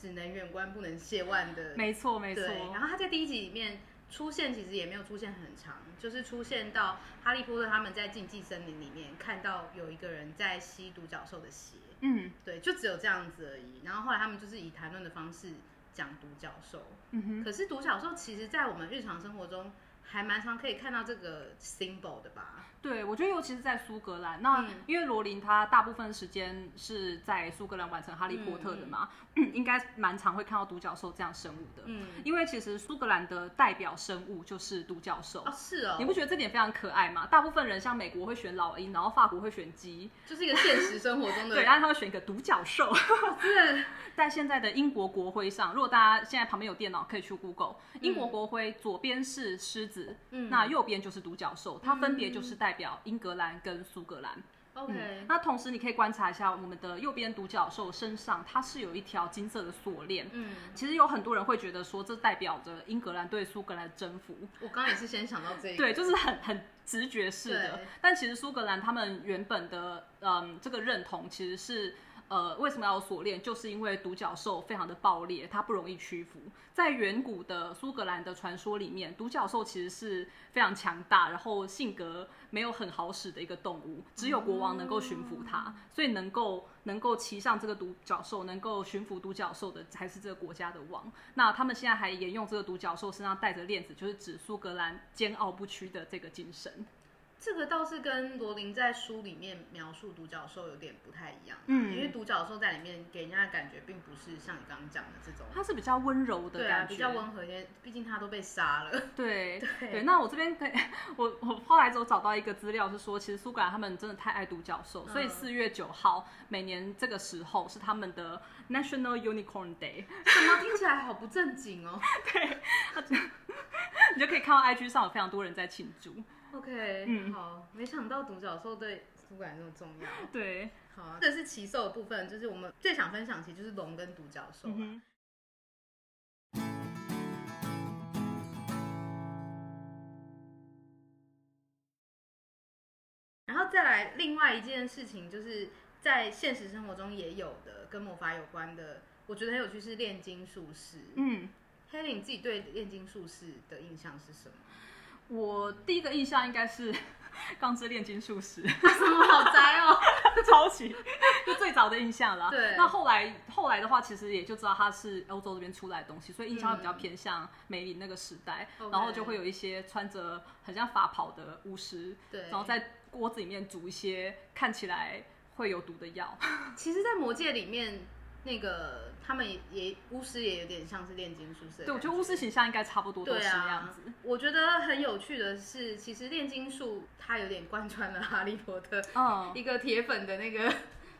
S1: 只能远观不能亵玩的，
S2: 没错没错，
S1: 对。然后它在第一集里面出现，其实也没有出现很长，就是出现到哈利波特他们在禁忌森林里面看到有一个人在吸独角兽的血，
S2: 嗯
S1: 对，就只有这样子而已。然后后来他们就是以谈论的方式讲独角兽，
S2: 嗯哼，
S1: 可是独角兽其实在我们日常生活中还蛮常可以看到这个 symbol 的吧？
S2: 对，我觉得尤其是在苏格兰，那、
S1: 嗯
S2: 因为罗琳她大部分时间是在苏格兰完成《哈利波特》的嘛， (clears throat) 应该蛮常会看到独角兽这样生物的。
S1: 嗯，
S2: 因为其实苏格兰的代表生物就是独角兽，
S1: 哦是哦
S2: 你，不觉得这点非常可爱吗？大部分人像美国会选老鹰，然后法国会选鸡，
S1: 就是一个现实生活中的，
S2: (laughs) 对，然后他会选一个独角兽。
S1: (laughs)
S2: (laughs)
S1: 是
S2: 在现在的英国国徽上，如果大家现在旁边有电脑，可以去 Google 英国国徽，左边是狮子，
S1: 嗯
S2: 那右边就是独角兽，它分别就是代表英格兰跟苏格兰。嗯
S1: OK，
S2: 那同时你可以观察一下我们的右边独角兽身上，它是有一条金色的锁链。
S1: 嗯，
S2: 其实有很多人会觉得说，这代表着英格兰对苏格兰的征服，
S1: 我刚刚也是先想到这一个，
S2: 对，就是很很直觉式的
S1: 对。
S2: 但其实苏格兰他们原本的嗯这个认同其实是。呃，为什么要有锁链？就是因为独角兽非常的暴烈，它不容易屈服。在远古的苏格兰的传说里面，独角兽其实是非常强大，然后性格没有很好使的一个动物，只有国王能够驯服它，
S1: 嗯
S2: 所以能够能够骑上这个独角兽，能够驯服独角兽的才是这个国家的王。那他们现在还沿用这个独角兽身上带着链子，就是指苏格兰坚傲不屈的这个精神。
S1: 这个倒是跟罗琳在书里面描述独角兽有点不太一样，
S2: 嗯
S1: 因为独角兽在里面给人家的感觉并不是像你刚刚讲的这种，
S2: 它是比较温柔的
S1: 对
S2: 感
S1: 啊，
S2: 觉，
S1: 比较温和一些，毕竟它都被杀了， (laughs)
S2: 对
S1: 对
S2: 对，那我这边可以， (laughs) 我我后来有找到一个资料是说，其实苏格兰他们真的太爱独角兽，所以
S1: 嗯
S2: 四月九号每年这个时候是他们的 National Unicorn Day， (laughs)
S1: 怎么听起来好不正经哦
S2: 你就可以看到 IG 上有非常多人在庆祝。
S1: ？OK，
S2: 嗯
S1: 好，没想到独角兽对苏格兰这么重要。
S2: 对，
S1: 好、
S2: (laughs)
S1: 啊，这个是奇兽的部分，就是我们最想分享，其实就是龙跟独角兽啊、
S2: 嗯
S1: 然后再来另外一件事情，就是在现实生活中也有的跟魔法有关的，我觉得很有趣是炼金术士。
S2: 嗯，
S1: 黑领自己对炼金术士的印象是什么？ (laughs)
S2: 我第一个印象应该是 (laughs) 钢之炼金术师。
S1: 什么好宅哦？
S2: (laughs) 超级，就最早的印象啦。
S1: 对
S2: 那后来后来的话，其实也就知道它是欧洲这边出来的东西，所以印象会比较偏向梅林那个时代，
S1: 嗯 OK
S2: 然后就会有一些穿着很像法袍的巫师，
S1: 对，
S2: 然后在锅子里面煮一些看起来会有毒的药。
S1: (laughs) 其实，在魔界里面，那个他们也也巫师也有点像是炼金术士的感。
S2: 对，我觉得巫师形象应该差不多都
S1: 对
S2: 是那样
S1: 啊
S2: 子。，
S1: 我觉得很有趣的是，其实炼金术它有点贯穿了《哈利波特》
S2: 嗯，
S1: 一个铁粉的那个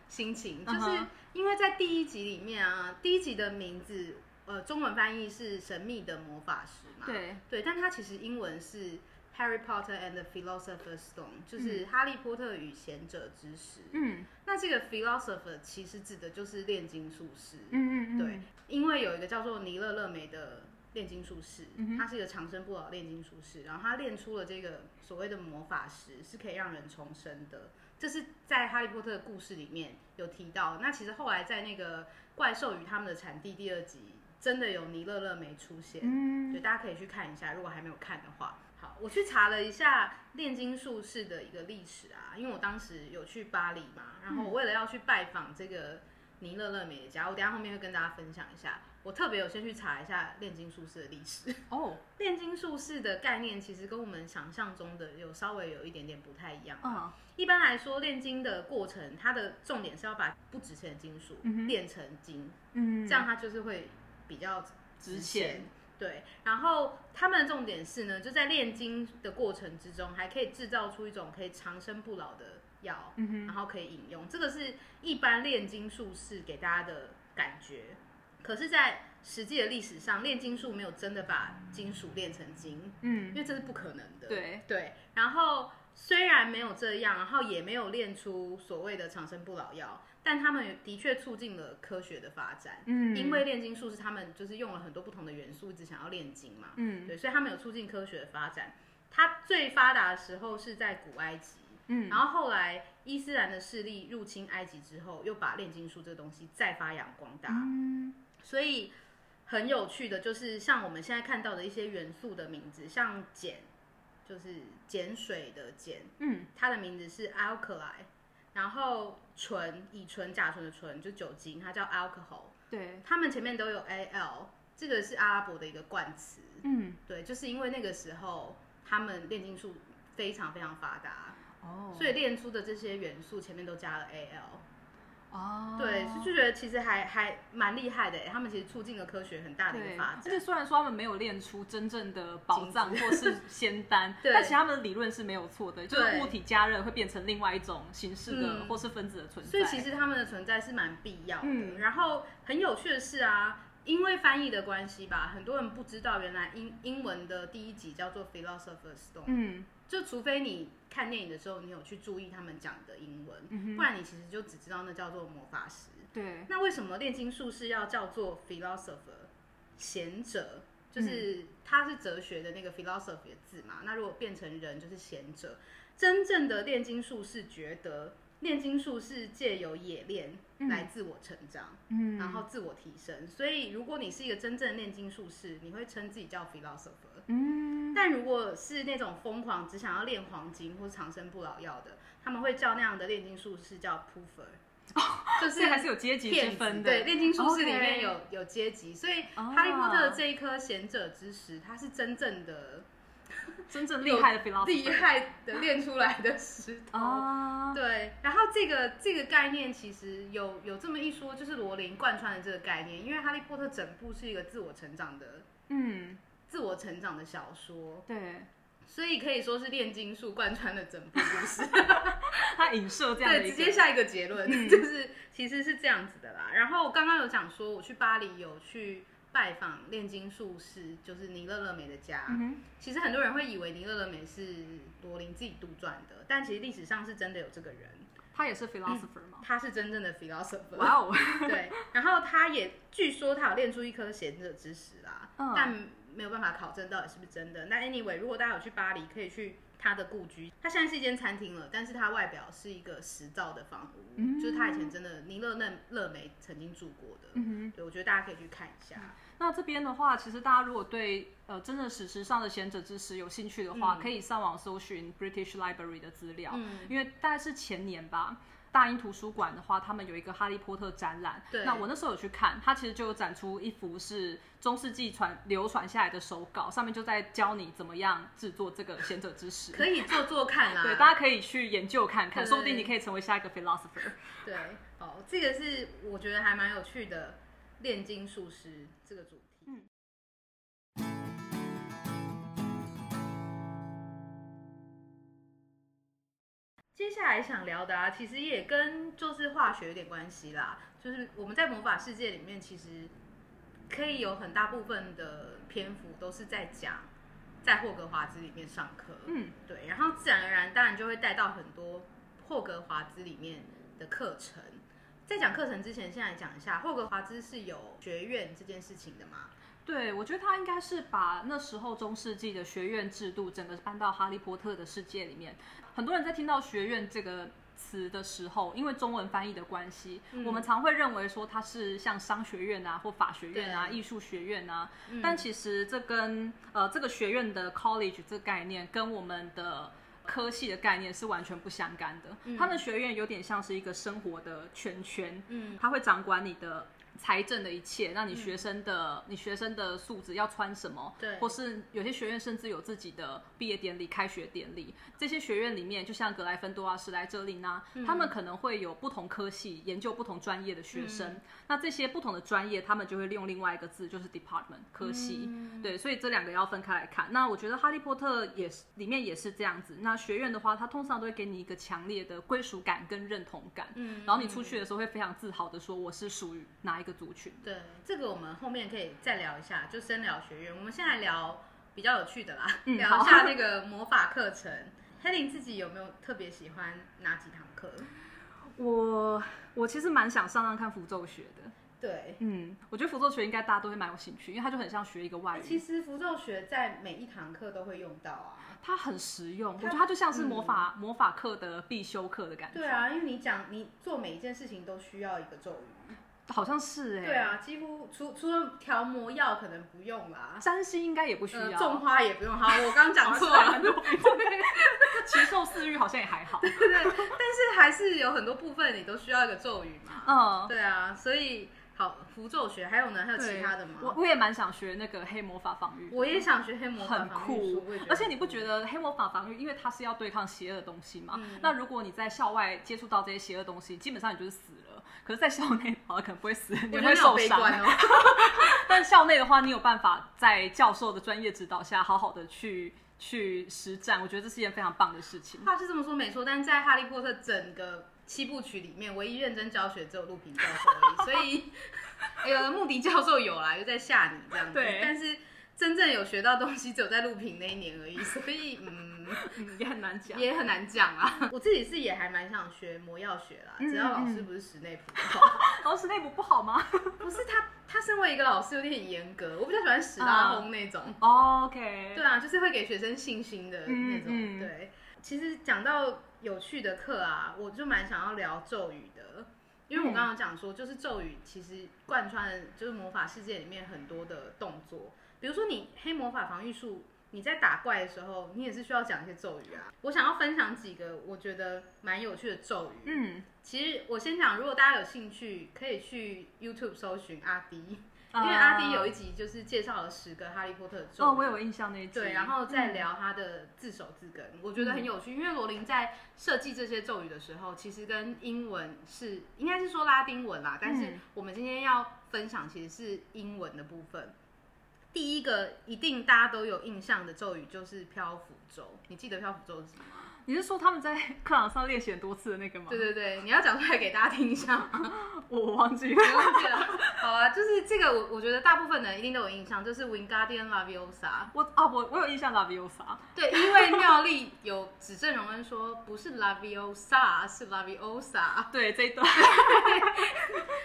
S1: 心情，就
S2: 嗯
S1: 是
S2: 哼
S1: 因为在第一集里面啊，第一集的名字呃中文翻译是《神秘的魔法石》嘛，
S2: 对，
S1: 对，但它其实英文是《Harry Potter and the Philosopher's Stone》，就是《哈利波特与贤者之石》。
S2: 嗯
S1: 那这个 philosopher 其实指的就是炼金术师，
S2: 嗯嗯嗯，
S1: 对，因为有一个叫做尼勒勒梅的炼金术士，
S2: 嗯哼
S1: 他是一个长生不老炼金术士，然后他炼出了这个所谓的魔法石，是可以让人重生的。这是在《哈利波特》的故事里面有提到。那其实后来在那个《怪兽与他们的产地》第二集，真的有尼勒勒梅出现，
S2: 嗯
S1: 对，大家可以去看一下，如果还没有看的话。好，我去查了一下炼金术士的一个历史啊，因为我当时有去巴黎嘛，然
S2: 嗯
S1: 后我为了要去拜访这个尼勒勒美的家，我等一下后面会跟大家分享一下。我特别有先去查一下炼金术士的历史。
S2: 哦，
S1: 炼金术士的概念其实跟我们想象中的有稍微有一点点不太一样。啊
S2: 嗯
S1: 一般来说，炼金的过程，它的重点是要把不值钱的金属
S2: 嗯哼
S1: 炼成金，
S2: 嗯，
S1: 这样它就是会比较
S2: 值钱，
S1: 对，然后他们的重点是呢，就在炼金的过程之中，还可以制造出一种可以长生不老的药，
S2: 嗯哼
S1: 然后可以饮用。这个是一般炼金术士给大家的感觉。可是，在实际的历史上，炼金术没有真的把金属炼成金，因
S2: 嗯，
S1: 为这是不可能的。
S2: 对
S1: 对，然后虽然没有这样，然后也没有炼出所谓的长生不老药，但他们的确促进了科学的发展。
S2: 嗯，
S1: 因为炼金术是他们就是用了很多不同的元素，一直想要炼金嘛，
S2: 嗯
S1: 对，所以他们有促进科学的发展。它最发达的时候是在古埃及，
S2: 嗯
S1: 然后后来伊斯兰的势力入侵埃及之后，又把炼金术这个东西再发扬光大，
S2: 嗯
S1: 所以很有趣的就是像我们现在看到的一些元素的名字，像碱，就是碱水的碱，
S2: 嗯
S1: 它的名字是 alkali，然后醇，乙醇、甲醇的醇就酒精，它叫 alcohol。
S2: 对，
S1: 他们前面都有 A L，这个是阿拉伯的一个冠词。
S2: 嗯
S1: 对，就是因为那个时候他们炼金术非常非常发达，
S2: 哦
S1: 所以炼出的这些元素前面都加了 AL。
S2: 哦，
S1: 对，是就觉得其实还还蛮厉害的欸，他们其实促进了科学很大的一
S2: 对，
S1: 个发
S2: 而
S1: 展。
S2: 且虽然说他们没有练出真正的宝藏或是仙丹，
S1: (laughs) 对
S2: 但其实他们的理论是没有错的，就是
S1: 对
S2: 物体加热会变成另外一种形式的
S1: 嗯
S2: 或是分子的存在。
S1: 所以其实他们的存在是蛮必要的。
S2: 嗯
S1: 然后很有趣的是啊，因为翻译的关系吧，很多人不知道原来英英文的第一集叫做 Philosopher's Stone，、
S2: 嗯，
S1: 就除非你看电影的时候你有去注意他们讲的英文，
S2: 嗯哼
S1: 不然你其实就只知道那叫做魔法师。
S2: 对，
S1: 那为什么炼金术士要叫做 philosopher 贤者？
S2: 嗯
S1: 就是它是哲学的那个 philosophy 的字嘛。那如果变成人，就是贤者。真正的炼金术士觉得，炼金术是借由冶炼
S2: 嗯
S1: 来自我成长，
S2: 嗯
S1: 然后自我提升。所以，如果你是一个真正的炼金术士，你会称自己叫 philosopher。
S2: 嗯，
S1: 但如果是那种疯狂只想要炼黄金或长生不老药的，他们会叫那样的炼金术士叫
S2: (laughs)
S1: poofer，就
S2: 所以
S1: 是
S2: 还是有哦阶级之
S1: 骗子，
S2: 分的。
S1: 对，炼金术士里
S2: OK
S1: 面有有阶级，所以
S2: 哦
S1: 哈利波特这一颗贤者之石，它是真正的
S2: 真正厉害的 philosopher
S1: 厉害的炼出来的石头。
S2: 啊，
S1: (laughs) 对，然后这个这个概念其实有有这么一说，就是罗琳贯穿了这个概念，因为哈利波特整部是一个自我成长的
S2: 嗯，
S1: 自我成长的小说，
S2: 对，
S1: 所以可以说是炼金术贯穿了整部故
S2: (laughs)
S1: 事。
S2: 他影射这样的
S1: 对，
S2: 一
S1: 直
S2: 个嗯
S1: 接下一个结论、 (laughs) 就是其实是这样子的啦。然后刚刚有讲说，我去巴黎有去拜访炼金术士，就是尼勒勒美的家。
S2: 嗯哼
S1: 其实很多人会以为尼勒勒美是罗琳自己杜撰的，但其实历史上是真的有这个人，
S2: 他也是 philosopher 嘛？
S1: 他是真正的 philosopher。
S2: 哇哦， (laughs)
S1: 对，然后他也据说他有练出一颗贤者之石啦，
S2: 嗯
S1: 但没有办法考证到底是不是真的。那 anyway，如果大家有去巴黎，可以去他的故居，他现在是一间餐厅了，但是它外表是一个石造的房屋，
S2: 嗯
S1: 就是他以前真的尼勒勒勒梅曾经住过的。
S2: 嗯哼。
S1: 对，我觉得大家可以去看一下。
S2: 那这边的话，其实大家如果对呃真正史实上的贤者之石有兴趣的话，
S1: 嗯
S2: 可以上网搜寻 British Library 的资料，
S1: 嗯
S2: 因为大概是前年吧。大英图书馆的话，他们有一个哈利波特展览。
S1: 对
S2: 那我那时候有去看，它其实就有展出一幅是中世纪传流传下来的手稿，上面就在教你怎么样制作这个贤者之石。
S1: 可以做做
S2: (laughs)
S1: 看啦，
S2: 对，大家可以去研究看看，
S1: 对
S2: 说不定你可以成为下一个 philosopher。
S1: 对，哦，这个是我觉得还蛮有趣的，炼金术师这个主题。
S2: 嗯
S1: 接下来想聊的啊，其实也跟就是化学有点关系啦，就是我们在魔法世界里面，其实可以有很大部分的篇幅都是在讲在霍格华兹里面上课，
S2: 嗯，
S1: 对，然后自然而然，当然就会带到很多霍格华兹里面的课程。在讲课程之前，先来讲一下霍格华兹是有学院这件事情的嘛？
S2: 对，我觉得他应该是把那时候中世纪的学院制度整个搬到《哈利波特》的世界里面。很多人在听到“学院”这个词的时候，因为中文翻译的关系，
S1: 嗯
S2: 我们常会认为说它是像商学院啊、或法学院啊、
S1: 对嗯
S2: 艺术学院啊。但其实这跟呃这个学院的 college 这个概念跟我们的科系的概念是完全不相干的。他们学院有点像是一个生活的圈圈，
S1: 嗯，
S2: 他会掌管你的财政的一切，让你学生的、你学生的素质要穿什么，
S1: 嗯对
S2: 或是有些学院甚至有自己的毕业典礼、开学典礼。这些学院里面，就像格莱芬多啊、史莱哲林啊，
S1: 嗯
S2: 他们可能会有不同科系研究不同专业的学
S1: 嗯
S2: 生。那这些不同的专业，他们就会利用另外一个字，就是 department 科系。
S1: 嗯
S2: 对，所以这两个要分开来看。那我觉得《哈利波特》也是里面也是这样子。那学院的话，它通常都会给你一个强烈的归属感跟认同感。
S1: 嗯
S2: 然后你出去的时候会非常自豪的说我是属于哪一个族群。
S1: 对，这个我们后面可以再聊一下，就深聊学院。我们现在聊比较有趣的啦，
S2: 嗯
S1: (laughs) 聊
S2: 好
S1: 一下那个魔法课程。Helen 自己有没有特别喜欢哪几堂课？
S2: 我我其实蛮想上上看符咒学的，
S1: 对，
S2: 嗯，我觉得符咒学应该大家都会蛮有兴趣，因为它就很像学一个外
S1: 其
S2: 语，
S1: 实符咒学在每一堂课都会用到啊。
S2: 它很实用，我觉得它就嗯像是魔法、魔法课的必修课的感觉，
S1: 对，啊，因为你讲你做每一件事情都需要一个咒语。
S2: 好像是哎、
S1: 对，啊，几乎除除了调魔药可能不用啦，
S2: 山西应该也不需
S1: 呃，
S2: 要， (laughs)
S1: 种花也不用。好，我刚讲错 (laughs)
S2: 好
S1: 了，
S2: 像是蛮多 (laughs) 奇兽饲育好像也还好，
S1: 对，但是还是有很多部分你都需要一个咒语嘛。
S2: 嗯，
S1: 对啊，所以好，符咒学还有呢？还有
S2: 对
S1: 其他的吗？
S2: 我我也蛮想学那个黑魔法防御的，
S1: 我也想学黑魔法
S2: 很
S1: 防御术
S2: 酷
S1: 我也觉，得嗯
S2: 而且你不觉得黑魔法防御，因为它是要对抗邪恶的东西嘛？
S1: 嗯
S2: 那如果你在校外接触到这些邪恶东西，基本上你就是死了。可是，在校内的话可能不会死，你
S1: 我觉
S2: 会
S1: 得好
S2: 受
S1: 悲
S2: 伤。
S1: 观哦。
S2: 但校内的话，你有办法在教授的专业指导下，好好的去去实战，我觉得这是一件非常棒的事情。
S1: 话是这么说没错，但是在《哈利波特》整个七部曲里面，唯一认真教学只有陆平教授而已，所以呃，穆迪教授有啦，又在吓你这样子，
S2: 对
S1: 但是。真正有学到东西，只有在陆平那一年而已，所以嗯，
S2: 嗯，也很难讲。
S1: 也很难讲啊。我自己是也还蛮想学魔药学啦，只要老师不是史内普就好。
S2: 然后是哦内部不好吗、
S1: (laughs) 不是他，他身为一个老师有点严格，我比较喜欢史拉轰那种。
S2: o k
S1: 对啊，就是会给学生信心的那种。
S2: 嗯嗯
S1: 对，其实讲到有趣的课啊，我就蛮想要聊咒语的，因
S2: 嗯
S1: 为我刚刚讲说，就是咒语其实贯穿了就是魔法世界里面很多的动作，比如说你黑魔法防御术。你在打怪的时候，你也是需要讲一些咒语啊。我想要分享几个我觉得蛮有趣的咒语。
S2: 嗯，
S1: 其实我先讲，如果大家有兴趣，可以去 YouTube 搜寻阿迪，因为阿迪有一
S2: 集
S1: 集就是介绍了十个哈利波特的咒语。
S2: 啊呃哦，我有印象那一集。
S1: 对，然后再聊他的字首字根，我觉得很有趣，因为罗琳在设计这些咒语的时候，其实跟英文是应该是说拉丁文啦，但是
S2: 嗯
S1: 我们今天要分享其实是英文的部分。第一个一定大家都有印象的咒语就是漂浮咒，你记得漂浮咒是什么吗？
S2: 你是说他们在 (laughs) 课堂上练习很多次的那个吗？
S1: 对，对对，你要讲出来给大家听一下吗。 (laughs)
S2: 我忘记了。
S1: 没忘记了，好啊，就是这个我我觉得大部分人一定都有印象，就是 Wingardium Leviosa。
S2: 我啊，我我有印象 Laviosa。
S1: 对，因为妙丽有指正荣恩说，不是 Laviosa，是 Laviosa，
S2: 对这一段，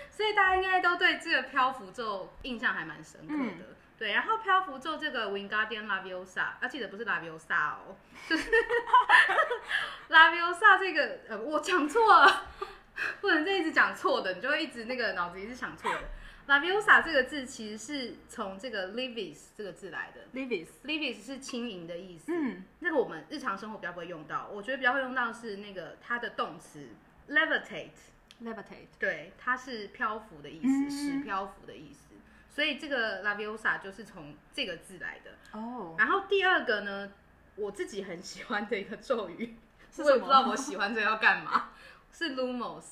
S1: 所以大家应该都对这个漂浮咒印象还蛮深刻的。对，然后漂浮咒这个 Wingardium Laviosa，要记得不是 Laviosa 哦，就是 (laughs) Laviosa 这个，呃，我讲错了，不能再一直讲错的，你就会一直那个脑子一直想错的。Laviosa 这个字其实是从这个 Livis 这个字来的
S2: Levis。
S1: ，Livis 是轻盈的意思。
S2: 嗯
S1: 那个我们日常生活比较不会用到，我觉得比较会用到是那个它的动词 levitate，
S2: ，levitate。
S1: 对，它是漂浮的意
S2: 嗯
S1: 思，使漂浮的意思。所以这个 laviosa 就是从这个字来的。
S2: 哦，
S1: 然后第二个呢，我自己很喜欢的一个咒语，
S2: (laughs) 是
S1: 我也
S2: 什
S1: 不
S2: 么啊
S1: 知道我喜欢这要干嘛，是
S2: (laughs)
S1: lumos，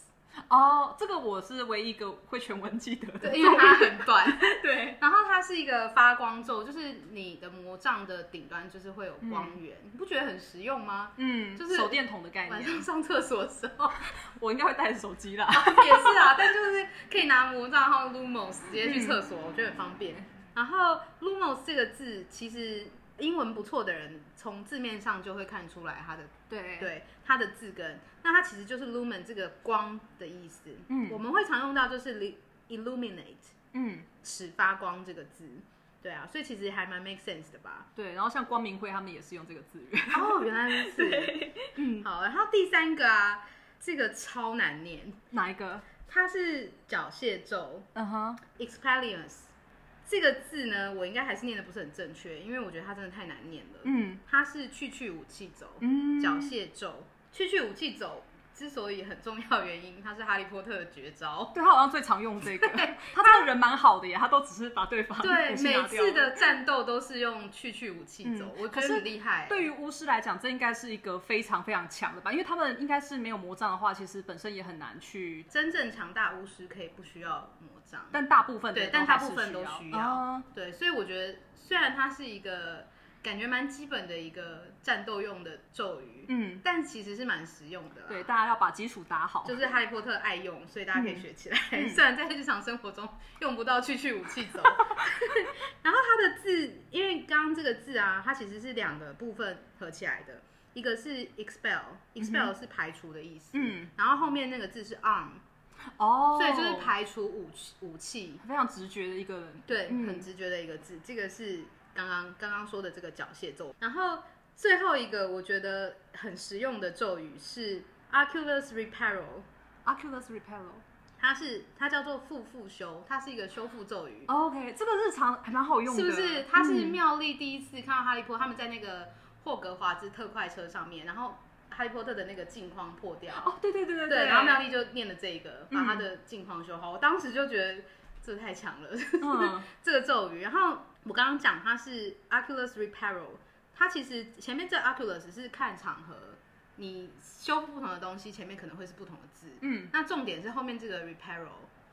S2: 哦，这个我是唯一一个会全文记得的。
S1: 对，因为它很短。 (laughs)
S2: 对，
S1: 然后它是一个发光咒，就是你的魔杖的顶端就是会有光源，你不觉得很实用吗？
S2: 嗯，
S1: 就是
S2: 手电筒的概
S1: 晚
S2: 念，
S1: 上上厕所的时候， (laughs)
S2: 我应该会带着手机啦。
S1: 也是啊，但就是可以拿魔杖号 Lumos 直接去厕所，我觉得很方便。然后 Lumos 这个字，其实英文不错的人从字面上就会看出来它的
S2: 对，
S1: 对它的字根。那它其实就是 lumen 这个光的意思。
S2: 嗯
S1: 我们会常用到就是 li- illuminate
S2: 嗯，
S1: 使发光这个字。对啊，所以其实还蛮 make sense 的吧。
S2: 对。然后像光明会他们也是用这个字源。
S1: 哦，原来如 (laughs) 此。嗯，好。然后第三个啊，这个超难念，
S2: 哪一个？
S1: 它是缴械咒。
S2: 嗯哼，
S1: Expelliarmus 这个字呢，我应该还是念的不是很正确，因为我觉得它真的太难念了。
S2: 嗯
S1: 它是去去武器走，
S2: 嗯
S1: 缴械咒。去去武器走之所以很重要，原因它是哈利波特的绝
S2: (laughs)
S1: 招。
S2: 对他好像最常用这个，他真的人蛮好的耶，他都只是把对方
S1: 对，
S2: 武器
S1: 每
S2: 拿掉
S1: 次的
S2: 了。
S1: 战斗都是用去去武器走，
S2: 嗯
S1: 我
S2: 可
S1: 觉
S2: 是
S1: 得很厉害。
S2: 对于巫师来讲，这应该是一个非常非常强的吧，因为他们应该是没有魔杖的话，其实本身也很难去。
S1: 真正强大巫师可以不需要魔杖，
S2: 但大部分的
S1: 对
S2: 都
S1: 但大
S2: 还是
S1: 部分都需要
S2: 啊
S1: 对，所以我觉得虽然它是一个感觉蛮基本的一个战斗用的咒语，
S2: 嗯，
S1: 但其实是蛮实用的啦。
S2: 对，大家要把基础打好。
S1: 就是哈利波特爱用，所以大家可以学起来。(laughs)
S2: 嗯
S1: 虽然在日常生活中用不到去去武
S2: (laughs)
S1: 器走，然后它的字，因为刚刚这个字啊，它其实是两个部分合起来的，一个是 expel，expel、是排除的意思，
S2: 嗯，
S1: 然后后面那个字是 on，、
S2: 哦，
S1: 所以就是排除武器武器，
S2: 非常直觉的一个人。
S1: 对，
S2: 嗯
S1: 很直觉的一个字。这个是刚刚刚刚说的这个缴械咒，然后最后一个我觉得很实用的咒语是 Oculus Reparo。
S2: Oculus Repello。
S1: 它是它叫做复复修，它是一个修复咒语，
S2: OK，这个日常还蛮好用的，嗯
S1: 是不是？它是妙丽第一次看到哈利波特，他们在那个霍格华兹特快车上面，然后哈利波特的那个镜框破掉，
S2: 哦，对对对对嗯
S1: 对，然后妙丽就念了这一个，把他的镜框修好。我当时就觉得这太强了，
S2: 嗯，
S1: (laughs) 这个咒语。然后我刚刚讲它是 Oculus Reparo，它其实前面这 Oculus 是看场合，你修复不同的东西，前面可能会是不同的字。
S2: 嗯，
S1: 那重点是后面这个 Reparo，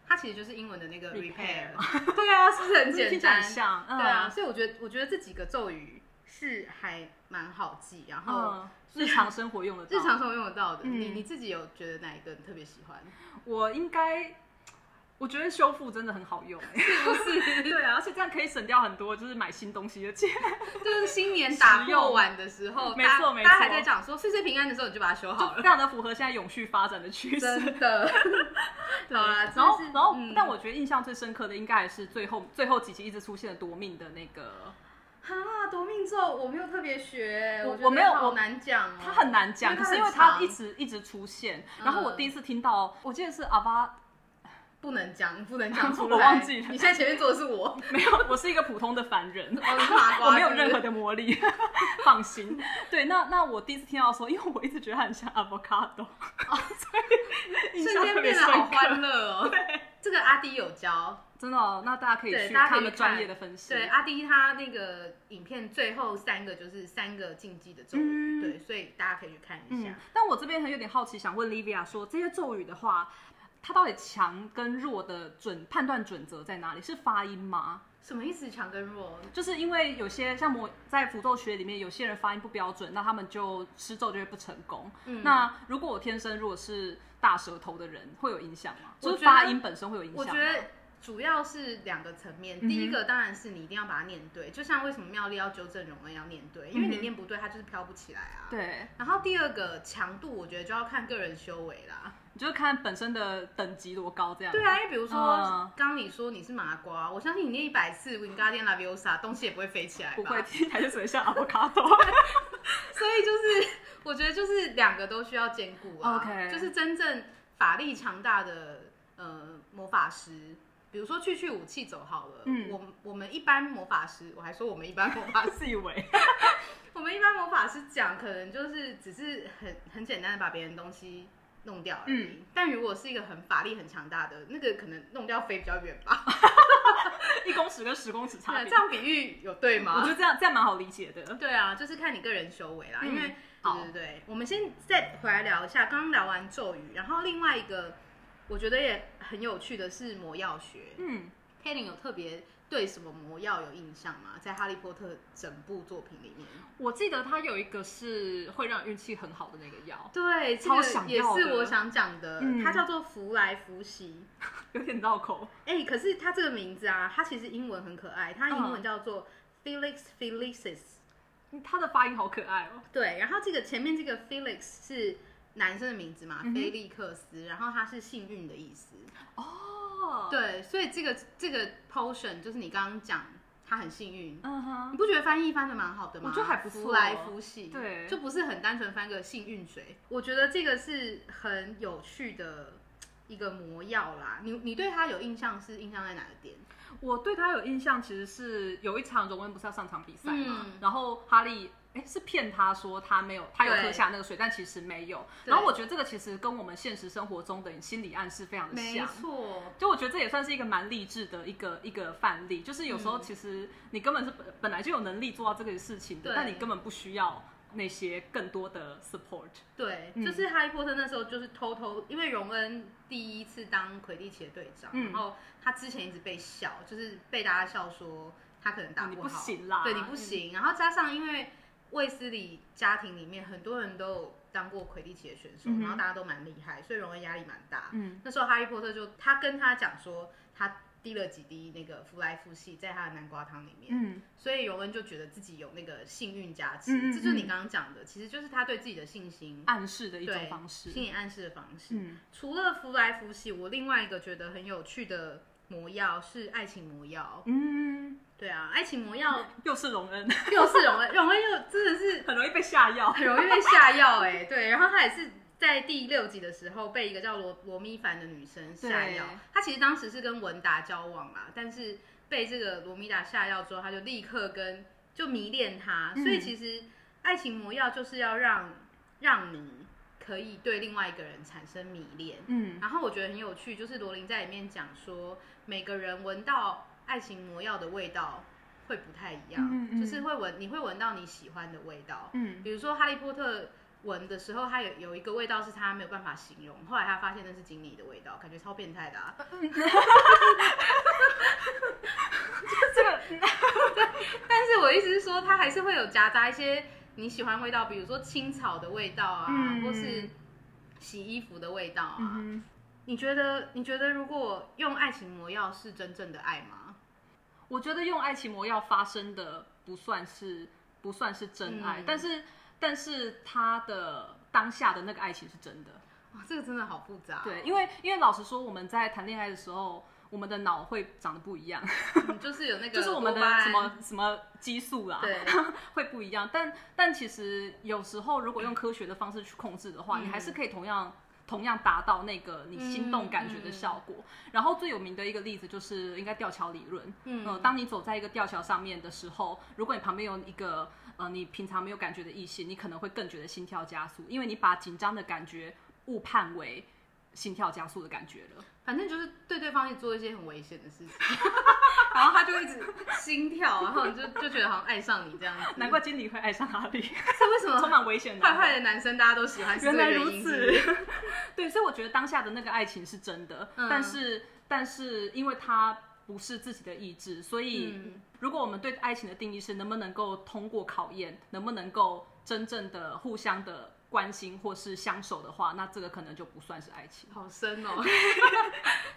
S1: 它其实就是英文的那个
S2: Repair
S1: repair。对啊，是不是很
S2: (laughs) 听
S1: 简
S2: 起来
S1: 单
S2: 很？像，嗯
S1: 对啊，，所以我觉得我觉得这几个咒语是还蛮好记，然后
S2: 嗯，日常生活用的，
S1: 哦日常生活用得到的。
S2: 嗯
S1: 你你自己有觉得哪一个你特别喜欢？ (laughs)
S2: 我应该，我觉得修复真的很好用、欸，
S1: 是不是？
S2: (laughs) 对 (laughs) 啊，而且这样可以省掉很多就是买新东西的钱。
S1: 就是新年打破碗的时候，
S2: 没
S1: 大
S2: 错没
S1: 大家
S2: 错
S1: 还在讲说岁岁平安的时候，你就把它修好
S2: 非
S1: 了。
S2: 常的符合现在永续发展的趋势。
S1: 真的，
S2: (laughs) 对
S1: 好啦，
S2: 然后
S1: 啊真的是
S2: 然后，
S1: 嗯
S2: 但我觉得印象最深刻的应该还是最后最后几集一直出现的夺命的那
S1: 哦
S2: 个，
S1: 哈夺命咒我没有特别学，
S2: 我
S1: 觉得
S2: 我没有
S1: 好
S2: 我
S1: 难讲哦，
S2: 它很难讲，
S1: 因为
S2: 可
S1: 它
S2: 是因为
S1: 很
S2: 它
S1: 长嗯
S2: 一直一直出现，然后我第一次听到，我记得是阿巴，
S1: 不能讲，不能讲出来，
S2: (laughs) 我忘记了
S1: 你现在前面坐的是我，
S2: 没有，我是一个普通的凡人，
S1: 我是麻瓜，
S2: (laughs) 我没有
S1: 是不是
S2: 任何的魔力， (laughs) 放心。对，那那我第一次听到的时候，因为我一直觉得它很像 avocado，、所以印象
S1: 瞬间
S2: 特别
S1: 变得
S2: 深
S1: 好
S2: 刻。
S1: 欢乐哦。这个阿迪有教，
S2: 真的、哦，那大家可以
S1: 对
S2: 去
S1: 大家可以
S2: 他们
S1: 去
S2: 专
S1: 看
S2: 业的分析。
S1: 对阿迪他那个影片最后三个就是三个禁忌的咒语，
S2: 嗯
S1: 对，所以大家可以去看一
S2: 嗯
S1: 下。，
S2: 但我这边很有点好奇，想问 Livia 说，这些咒语的话，它到底强跟弱的准判断准则在哪里？是发音吗？
S1: 什么意思？强跟弱？
S2: 就是因为有些像魔在符咒学里面，有些人发音不标准，那他们就施咒就会不成功。
S1: 嗯
S2: 那如果我天生如果是大舌头的人，会有影响吗？
S1: 我
S2: 就
S1: 觉得
S2: 是发音本身会有影
S1: 我
S2: 响吗。嗯
S1: 觉得主要是两个层面，
S2: 哼
S1: 第一个当然是你一定要把它念对，就像为什么妙丽要纠正容恩要念对，因为
S2: 嗯
S1: 你
S2: 哼
S1: 念不对，它就是飘不起来啊。。
S2: 对，
S1: 然后第二个强度，我觉得就要看个人修为啦。
S2: 你就看本身的等级多高这样。
S1: 对啊，因为比如说
S2: 嗯，
S1: 刚刚你说你是麻瓜，我相信你念一百次《w i n g a r d i a n Laviosa》，东西也不会飞起来吧？
S2: 不会听起来就只
S1: (laughs)
S2: 会像 avocado。
S1: 所以就是我觉得就是两个都需要兼顾啊。
S2: OK
S1: 就是真正法力强大的呃魔法师，比如说去去武器走好了，
S2: 嗯
S1: 我们我们一般魔法师，我还说我们一般魔法师，
S2: 自以为，
S1: 我们一般魔法师讲可能就是只是很很简单的把别人东西。弄掉而已，
S2: 嗯
S1: 但如果是一个很法力很强大的，那个可能弄掉飞比较远吧。
S2: 一公尺跟十公尺差
S1: 对，
S2: 别
S1: 这。样比喻有对吗？
S2: 我觉得这样这样蛮好理解的。
S1: 对啊，就是看你个人修为啦，
S2: 嗯
S1: 因为
S2: 好
S1: 对对对，我们先再回来聊一下，刚刚聊完咒语，然后另外一个我觉得也很有趣的是魔药学。
S2: 嗯，
S1: 佩林有特别对什么魔药有印象吗？在《哈利波特》整部作品里面，
S2: 我记得它有一个是会让运气很好的那个药， (laughs)
S1: 对，这
S2: 超想
S1: 个也
S2: 要的
S1: 是我想讲的，
S2: 嗯
S1: 它叫做福来福兮。
S2: 有点绕口。
S1: 哎、可是它这个名字啊，它其实英文很可爱，它英文
S2: 嗯
S1: 叫做 Felix Felicis。
S2: 它的发音好可爱哦。
S1: 对，然后这个前面这个 Felix 是男生的名字嘛，
S2: 嗯哼
S1: 菲利克斯，然后它是幸运的意思。
S2: 哦，，
S1: 对，所以这个这个 potion 就是你刚刚讲，它很幸运。
S2: 嗯
S1: 你
S2: 哼，
S1: 不觉得翻译翻的蛮好的吗？
S2: 我觉得还不错
S1: 福来福兮，
S2: 对
S1: 就不是很单纯翻个幸运水。我觉得这个是很有趣的一个魔药啦。你你对它有印象是印象在哪个点？
S2: 我对他有印象，其实是有一场荣恩不是要上场比赛嘛，
S1: 嗯
S2: 然后哈利。哎，是骗他说他没有，他有
S1: 对
S2: 喝下那个水，但其实没有。
S1: 对
S2: 然后我觉得这个其实跟我们现实生活中的心理暗示非常的像。
S1: 错，
S2: 就我觉得这也算是一个蛮励志的一个一个范例，就是有时候
S1: 嗯
S2: 其实你根本是本本来就有能力做到这个事情的，
S1: 对
S2: 但你根本不需要那些更多的 support。
S1: 对，
S2: 嗯
S1: 就是哈利波特那时候就是偷偷，因为荣恩第一次当魁地奇的队长，然
S2: 嗯
S1: 后他之前一直被笑，就是被大家笑说他可能打
S2: 哦你
S1: 不
S2: 不
S1: 好，
S2: 行啦嗯
S1: 对你不行。然后加上因为卫斯理家庭里面很多人都有当过魁地奇的选手，
S2: 嗯哼
S1: 然后大家都蛮厉害，所以荣恩压力蛮大。
S2: 嗯，
S1: 那时候哈利波特就他跟他讲说，他滴了几滴那个福来福系在他的南瓜汤里面，
S2: 嗯，
S1: 所以荣恩就觉得自己有那个幸运加持，
S2: 嗯嗯
S1: 这就是你
S2: 嗯
S1: 刚刚讲的，其实就是他对自己的信心。
S2: 暗示的一种
S1: 对
S2: 方式。
S1: 心理暗示的方式。
S2: 嗯，
S1: 除了福来福喜，我另外一个觉得很有趣的魔药是爱情魔药。
S2: 嗯，
S1: 对啊，爱情魔药 (laughs)
S2: 又是荣恩，
S1: 又是荣恩，荣恩又真的是
S2: 很容易被下药。
S1: (laughs) 很容易被下药哎、对，然后他也是。在第六集的时候，被一个叫罗罗密凡的女生下药
S2: 对。
S1: 他其实当时是跟文达交往啦，但是被这个罗密达下药之后，他就立刻跟就迷恋他。
S2: 嗯
S1: 所以其实爱情魔药就是要让让你可以对另外一个人产生迷恋。
S2: 嗯
S1: 然后我觉得很有趣，就是罗琳在里面讲说，每个人闻到爱情魔药的味道会不太一样，
S2: 嗯嗯
S1: 就是会闻你会闻到你喜欢的味道。
S2: 嗯
S1: 比如说哈利波特闻的时候，他有有一个味道是他没有办法形容，后来他发现那是锦鲤的味道，感觉超变态的、
S2: 呃
S1: 啊。
S2: 嗯
S1: (laughs)
S2: 这个
S1: 嗯 (laughs) 但是我意思是说，它还是会有夹杂一些你喜欢的味道，比如说青草的味道啊，
S2: 嗯
S1: 或是洗衣服的味道啊。
S2: 嗯哼
S1: 你觉得你觉得如果用爱情魔药是真正的爱吗？
S2: 我觉得用爱情魔药发生的不算是不算是真爱，
S1: 嗯
S2: 但是但是他的当下的那个爱情是真的。
S1: 哇，这个真的好复杂哦、
S2: 对，因为因为老实说，我们在谈恋爱的时候，我们的脑会长得不一样，
S1: 嗯就是有那个
S2: 就是我们的
S1: 多巴胺
S2: 什么什么激素啦，
S1: 对，
S2: 会不一样。但但其实有时候，如果用科学的方式去控制的
S1: 嗯
S2: 话，
S1: 嗯
S2: 你还是可以同样同样达到那个你心动感觉的效果。然后最有名的一个例子就是应该吊桥理论。
S1: 嗯
S2: 呃，当你走在一个吊桥上面的时候，如果你旁边有一个呃你平常没有感觉的异性，你可能会更觉得心跳加速，因为你把紧张的感觉误判为心跳加速的感觉了。
S1: 反正就是对对方一直做一些很危险的事情， (laughs) 然后他就一直心跳，然后你就就觉得好像爱上你这样子。
S2: 难怪经理会爱上哈利，
S1: 是为什
S2: 充
S1: 么
S2: 满危险
S1: 嗯
S2: 的。
S1: 坏坏的男生大家都喜欢？是这
S2: 原
S1: 个
S2: 来
S1: 原
S2: 如
S1: 因是不
S2: 此
S1: 是，
S2: (laughs) 对，所以我觉得当下的那个爱情是真的，
S1: 嗯
S2: 但是但是因为它不是自己的意志，所以、
S1: 嗯
S2: 如果我们对爱情的定义是能不能够通过考验，能不能够真正的互相的关心或是相守的话，那这个可能就不算是爱情。
S1: 好深
S2: (laughs)
S1: 哦。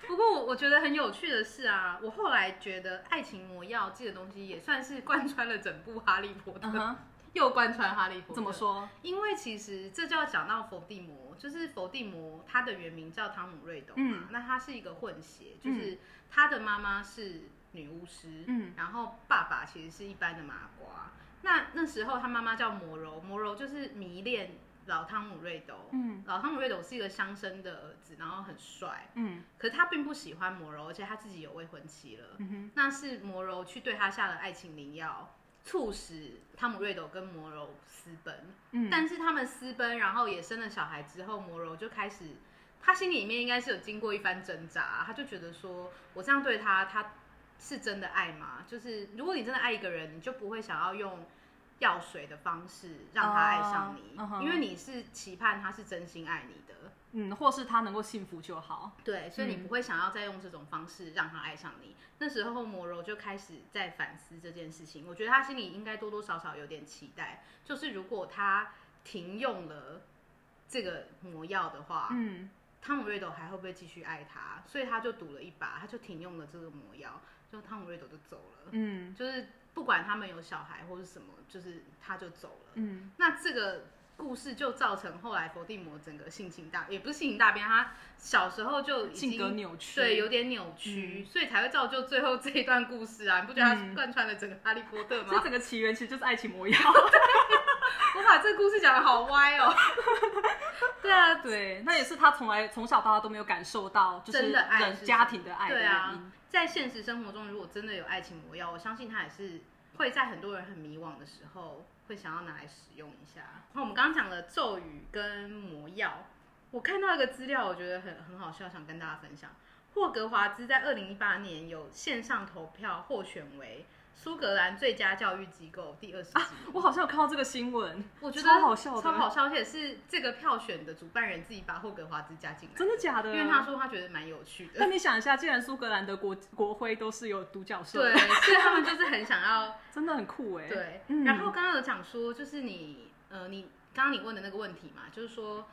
S1: 不过我我觉得很有趣的是啊，我后来觉得爱情魔药这个东西也算是贯穿了整部《哈利波特
S2: 嗯》哼，
S1: 又贯穿《哈利波特》。
S2: 怎么？说？
S1: 因为其实这就要讲到伏地魔，就是伏地魔，他的原名叫汤姆·瑞斗嘛，
S2: 嗯
S1: 那他是一个混血，就是他的妈妈是女巫师，
S2: 嗯
S1: 然后爸爸其实是一般的麻瓜。那那时候他妈妈叫魔柔，魔柔就是迷恋老汤姆·瑞斗，
S2: 嗯
S1: 老汤姆·瑞斗是一个乡绅的儿子，然后很帅，
S2: 嗯
S1: 可是他并不喜欢魔柔，而且他自己有未婚妻了。
S2: 嗯哼
S1: 那是魔柔去对他下了爱情灵药，促使汤姆·瑞斗跟魔柔私奔。
S2: 嗯，
S1: 但是他们私奔，然后也生了小孩之后，魔柔就开始，他心里面应该是有经过一番挣扎，他就觉得说，我这样对他，他是真的爱吗？就是如果你真的爱一个人，你就不会想要用药水的方式让他爱上你，
S2: 哦嗯哼
S1: 因为你是期盼他是真心爱你的，
S2: 嗯，或是他能够幸福就好。
S1: 对，所以你
S2: 嗯
S1: 不会想要再用这种方式让他爱上你。那时候魔柔就开始在反思这件事情，我觉得他心里应该多多少少有点期待，就是如果他停用了这个魔药的话，
S2: 嗯
S1: 汤姆瑞斗还会不会继续爱他？所以他就赌了一把，他就停用了这个魔药，就汤姆瑞斗就走了，
S2: 嗯
S1: 就是不管他们有小孩或是什么，就是他就走了。
S2: 嗯
S1: 那这个故事就造成后来伏地魔整个性情大，也不是性情大变，他小时候就已经
S2: 性格扭曲嗯
S1: 对，有点扭曲，所以才会造就最后这一段故事啊！你不觉得它贯穿了整个《哈利波特》
S2: 这
S1: 吗？ (laughs)
S2: 整个起源其实就是爱情魔药。
S1: 我把这个故事讲的好歪哦。对啊，
S2: 对，那也是他从来从小到大都没有感受到，就是
S1: 真的爱是
S2: 人
S1: 什么
S2: 家庭的爱的
S1: 对
S2: 原因。
S1: 啊，在现实生活中，如果真的有爱情魔药，我相信它也是会在很多人很迷惘的时候，会想要拿来使用一下。然后我们刚刚讲了咒语跟魔药，我看到一个资料，我觉得很很好笑，想跟大家分享。霍格华兹在二零一八年有线上投票获选为苏格兰最佳教育机构第二十几名。
S2: 我好像有看到这个新闻，
S1: 我觉得
S2: 超好笑的
S1: 超好笑，而且是这个票选的主办人自己把霍格华兹加进来，
S2: 真的假的？
S1: 因为他说他觉得蛮有趣的
S2: 那。你想一下，既然苏格兰的国国徽都是有独角兽，
S1: 对，，所以他们就是很想
S2: (laughs)
S1: 要
S2: 真的很酷哎。，
S1: 对。
S2: 嗯
S1: 然后刚刚有讲说，就是你呃，你刚刚你问的那个问题嘛，就是说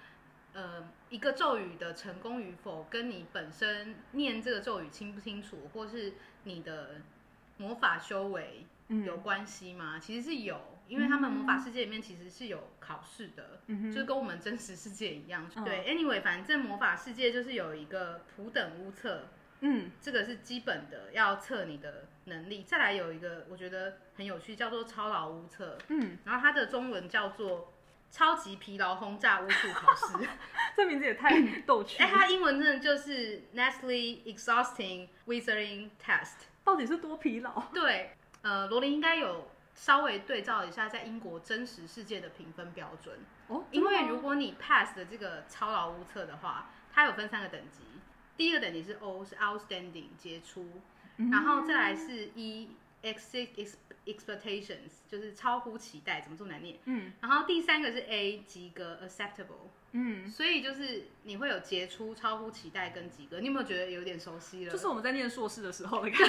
S1: 呃，一个咒语的成功与否，跟你本身念这个咒语清不清楚，或是你的魔法修为有
S2: 嗯
S1: 关系吗？其实是有，因为他们魔法世界里面其实是有考试的，
S2: 嗯哼
S1: 就跟我们真实世界一样。
S2: 嗯
S1: 对，anyway，反正魔法世界就是有一个普等巫测，
S2: 嗯 (laughs)
S1: 这个是基本的，要测你的能力。再来有一个我觉得很有趣，叫做超劳巫测，
S2: 嗯，
S1: 然后它的中文叫做超级疲劳轰炸巫术考试。
S2: 这名字也太逗趣
S1: 哎，
S2: 了。
S1: 它英文真的就是 Nestle Exhausting Wizarding Test。
S2: 到底是多疲劳？
S1: 对，呃，罗琳应该有稍微对照一下在英国真实世界的评分标准，
S2: 哦，
S1: 因为
S2: 真的吗
S1: 如果你 pass 的这个超劳务测的话，它有分三个等级，第一个等级是 O 是 outstanding 杰出，
S2: 嗯
S1: 然后再来是 E exceed ex- expectations 就是超乎期待，怎么这么难念？
S2: 嗯
S1: 然后第三个是 A 及格 acceptable，
S2: 嗯，
S1: 所以就是你会有杰出、超乎期待跟及格，你有没有觉得有点熟悉了？
S2: 就是我们在念硕士的时候的感觉。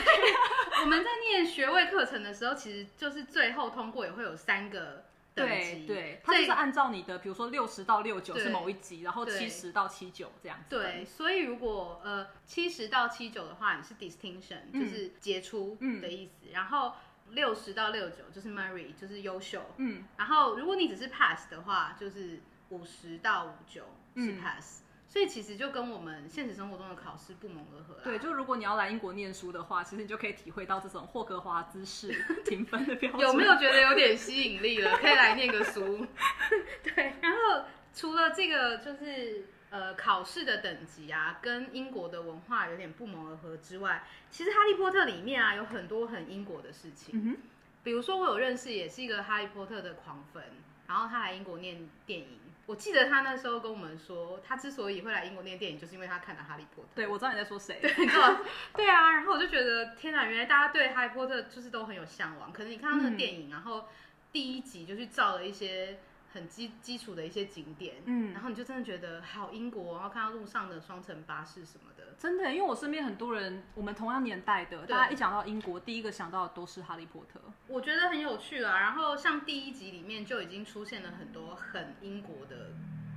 S1: 我们在念学位课程的时候，其实就是最后通过也会有三个等
S2: 对
S1: 级，
S2: 对，它就
S1: 最
S2: 是按照你的，比如说六十到六九是
S1: 对
S2: 某一级，然后
S1: 对
S2: 七十到七九这样子。
S1: 对，，所以如果呃七十到七九的话，你是 distinction，、
S2: 嗯
S1: 就是杰出的意思。然后六十到六九就是 Murray，就是优秀。
S2: 嗯
S1: 然后如果你只是 pass 的话，就是五十到五九是
S2: 嗯
S1: pass、所以其实就跟我们现实生活中的啊考试不谋而合啦。
S2: 对，就如果你要来英国念书的话，其实你就可以体会到这种霍格华
S1: (laughs)
S2: 兹式评分的标准。
S1: 有没有觉得有点吸引力了？可以来念个
S2: (laughs)
S1: 书。对，然后除了这个，就是呃考试的等级啊，跟英国的文化有点不谋而合之外，其实《哈利波特》里面啊有很多很英国的事情。
S2: 嗯哼
S1: 比如说，我有认识也是一个《哈利波特》的狂粉，然后他来英国念电影。我记得他那时候跟我们说，他之所以会来英国念电影，就是因为他看了《哈利波特》。
S2: 对，我知道你在说谁。
S1: 你知道对啊，然后我就觉得天哪，原来大家对哈利波特就是都很有向往。可能你看到那个电影，然后第一集就去照了一些很基基础的一些景点，
S2: 嗯
S1: 然后你就真的觉得好英国，哦然后看到路上的双层巴士什么的，
S2: 真的，因为我身边很多人，我们同样年代的，大家一讲到英国，第一个想到的都是《哈利波特》。
S1: 我觉得很有趣啊。然后像第一集里面就已经出现了很多很英国的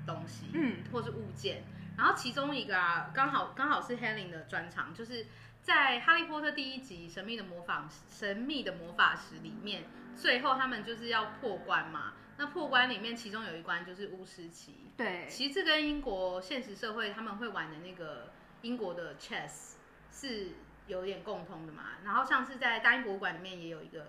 S1: 东西，
S2: 嗯，
S1: 或是物件。然后其中一个啊，刚好刚好是 Helen 的专场，就是在《哈利波特》第一集《神秘的魔法神秘的魔法石》里面，最后他们就是要破关嘛。那破关里面，其中有一关就是巫师棋，
S2: 对
S1: 其实这跟英国现实社会他们会玩的那个英国的 chess 是有点共通的嘛。然后像是在大英博物馆里面也有一个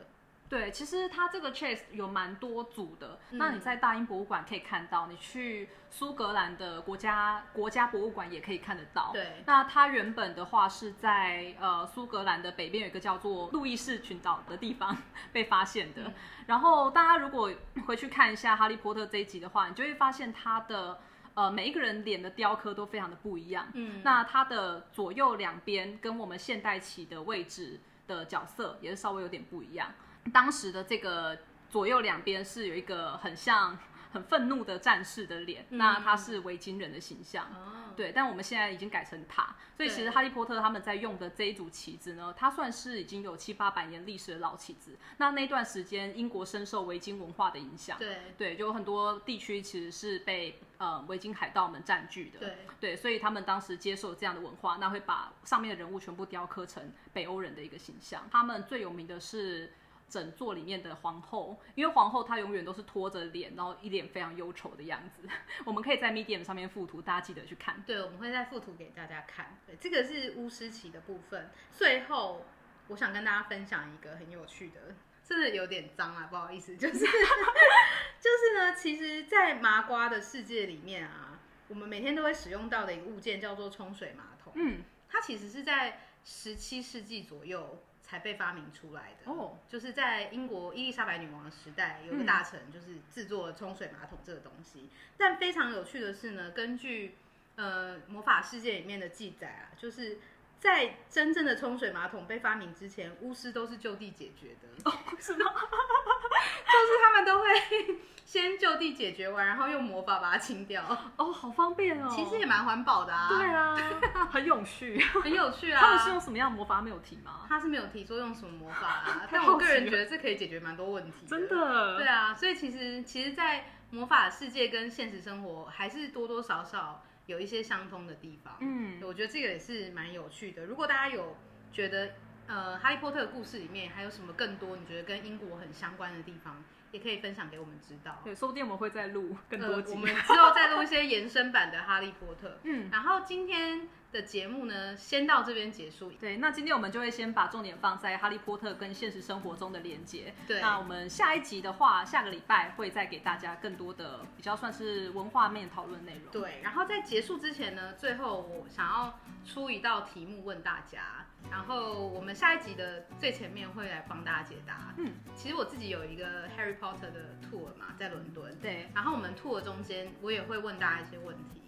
S2: 对，其实它这个 chase 有蛮多组的。
S1: 嗯
S2: 那你在大英博物馆可以看到，你去苏格兰的国家国家博物馆也可以看得到。
S1: 对
S2: 那它原本的话是在呃苏格兰的北边有一个叫做路易士群岛的地方 (laughs) 被发现的。
S1: 嗯
S2: 然后大家如果回去看一下《哈利波特》这一集的话，你就会发现它的呃每一个人脸的雕刻都非常的不一样。
S1: 嗯
S2: 那它的左右两边跟我们现代棋的位置的角色也是稍微有点不一样。当时的这个左右两边是有一个很像很愤怒的战士的脸，
S1: 嗯
S2: 那他是维京人的形象。
S1: 哦，
S2: 对，但我们现在已经改成塔，所以其实
S1: 对
S2: 哈利波特他们在用的这一组旗子呢，它算是已经有七八百年历史的老旗子。那那段时间，英国深受维京文化的影响，
S1: 对
S2: 对，就有很多地区其实是被呃维京海盗们占据的，
S1: 对，
S2: 对，所以他们当时接受这样的文化，那会把上面的人物全部雕刻成北欧人的一个形象。他们最有名的是整座里面的皇后，因为皇后她永远都是拖着脸，然后一脸非常忧愁的样子。 (laughs) 我们可以在 Medium 上面附图，大家记得去看。
S1: 对，我们会再附图给大家看。对，这个是巫师棋的部分。最后，我想跟大家分享一个很有趣的，真的有点脏啊，不好意思，就是 (laughs) 就是呢，其实，在麻瓜的世界里面啊，我们每天都会使用到的一个物件叫做冲水马桶，
S2: 嗯，
S1: 它其实是在十七世纪左右才被发明出来的。
S2: 哦，
S1: 就是在英国伊丽莎白女王的时代，
S2: 嗯
S1: 有个大臣就是制作了冲水马桶这个东西。但非常有趣的是呢，根据呃魔法世界里面的记载啊，就是在真正的冲水马桶被发明之前，巫师都是就地解决的，
S2: 哦
S1: 就是
S2: 吗？
S1: 他们都会先就地解决完，然后用魔法把它清掉，
S2: 哦，好方便哦。
S1: 其实也蛮环保的啊，
S2: 对，啊， (laughs) 很永续。
S1: 很有趣啊。
S2: 他们是用什么样的魔法没有提吗？
S1: 他是没有提说用什么魔法
S2: (laughs)
S1: 啊，
S2: 太
S1: 但
S2: 好奇了
S1: 我个人觉得这可以解决蛮多问题，
S2: 真的，
S1: 对啊，所以其实其实，在魔法世界跟现实生活还是多多少少有一些相通的地方。
S2: 嗯
S1: 我觉得这个也是蛮有趣的。如果大家有觉得呃《哈利波特》的故事里面还有什么更多你觉得跟英国很相关的地方，也可以分享给我们知道。
S2: 对，说不定我们会再录更
S1: 呃
S2: 多，
S1: 我
S2: 集。
S1: 们之后再录一些延伸版的《哈利波特》。
S2: 嗯，
S1: 然后今天的节目呢，先到这边结束。
S2: 对，那今天我们就会先把重点放在《哈利波特》跟现实生活中的连接。
S1: 对
S2: 那我们下一集的话，下个礼拜会再给大家更多的比较算是文化面讨论内容。
S1: 对，然后在结束之前呢，最后我想要出一道题目问大家，然后我们下一集的最前面会来帮大家解答。
S2: 嗯，
S1: 其实我自己有一个 Harry Potter 的 tour 嘛，在伦敦，
S2: 对，
S1: 然后我们 tour 中间我也会问大家一些问题，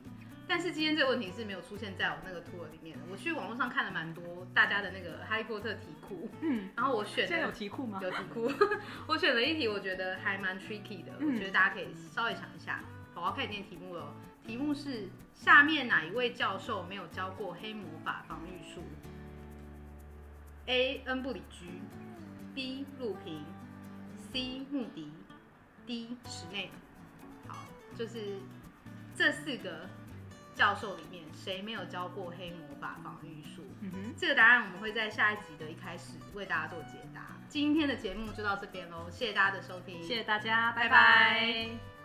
S1: 但是今天这个问题是没有出现在我那个 tour 里面的。我去网络上看了蛮多大家的那个哈利波特题库，
S2: 嗯，
S1: 然后我选
S2: 现在有
S1: 了
S2: 题库吗？
S1: 有题库， (laughs) 我选了一题，我觉得还蛮 tricky 的，
S2: 嗯
S1: 我觉得大家可以稍微想一下。好，我要开始念题目了。题目是：下面哪一位教授没有教过黑魔法防御术？A. 恩布里居，B. 陆平，C. 穆迪，D. 史内。好，就是这四个教授里面，谁没有教过黑魔法防御术？
S2: 嗯哼，
S1: 这个答案我们会在下一集的一开始为大家做解答。今天的节目就到这边喽，谢谢大家的收听，
S2: 谢谢大家，
S1: 拜
S2: 拜拜
S1: 拜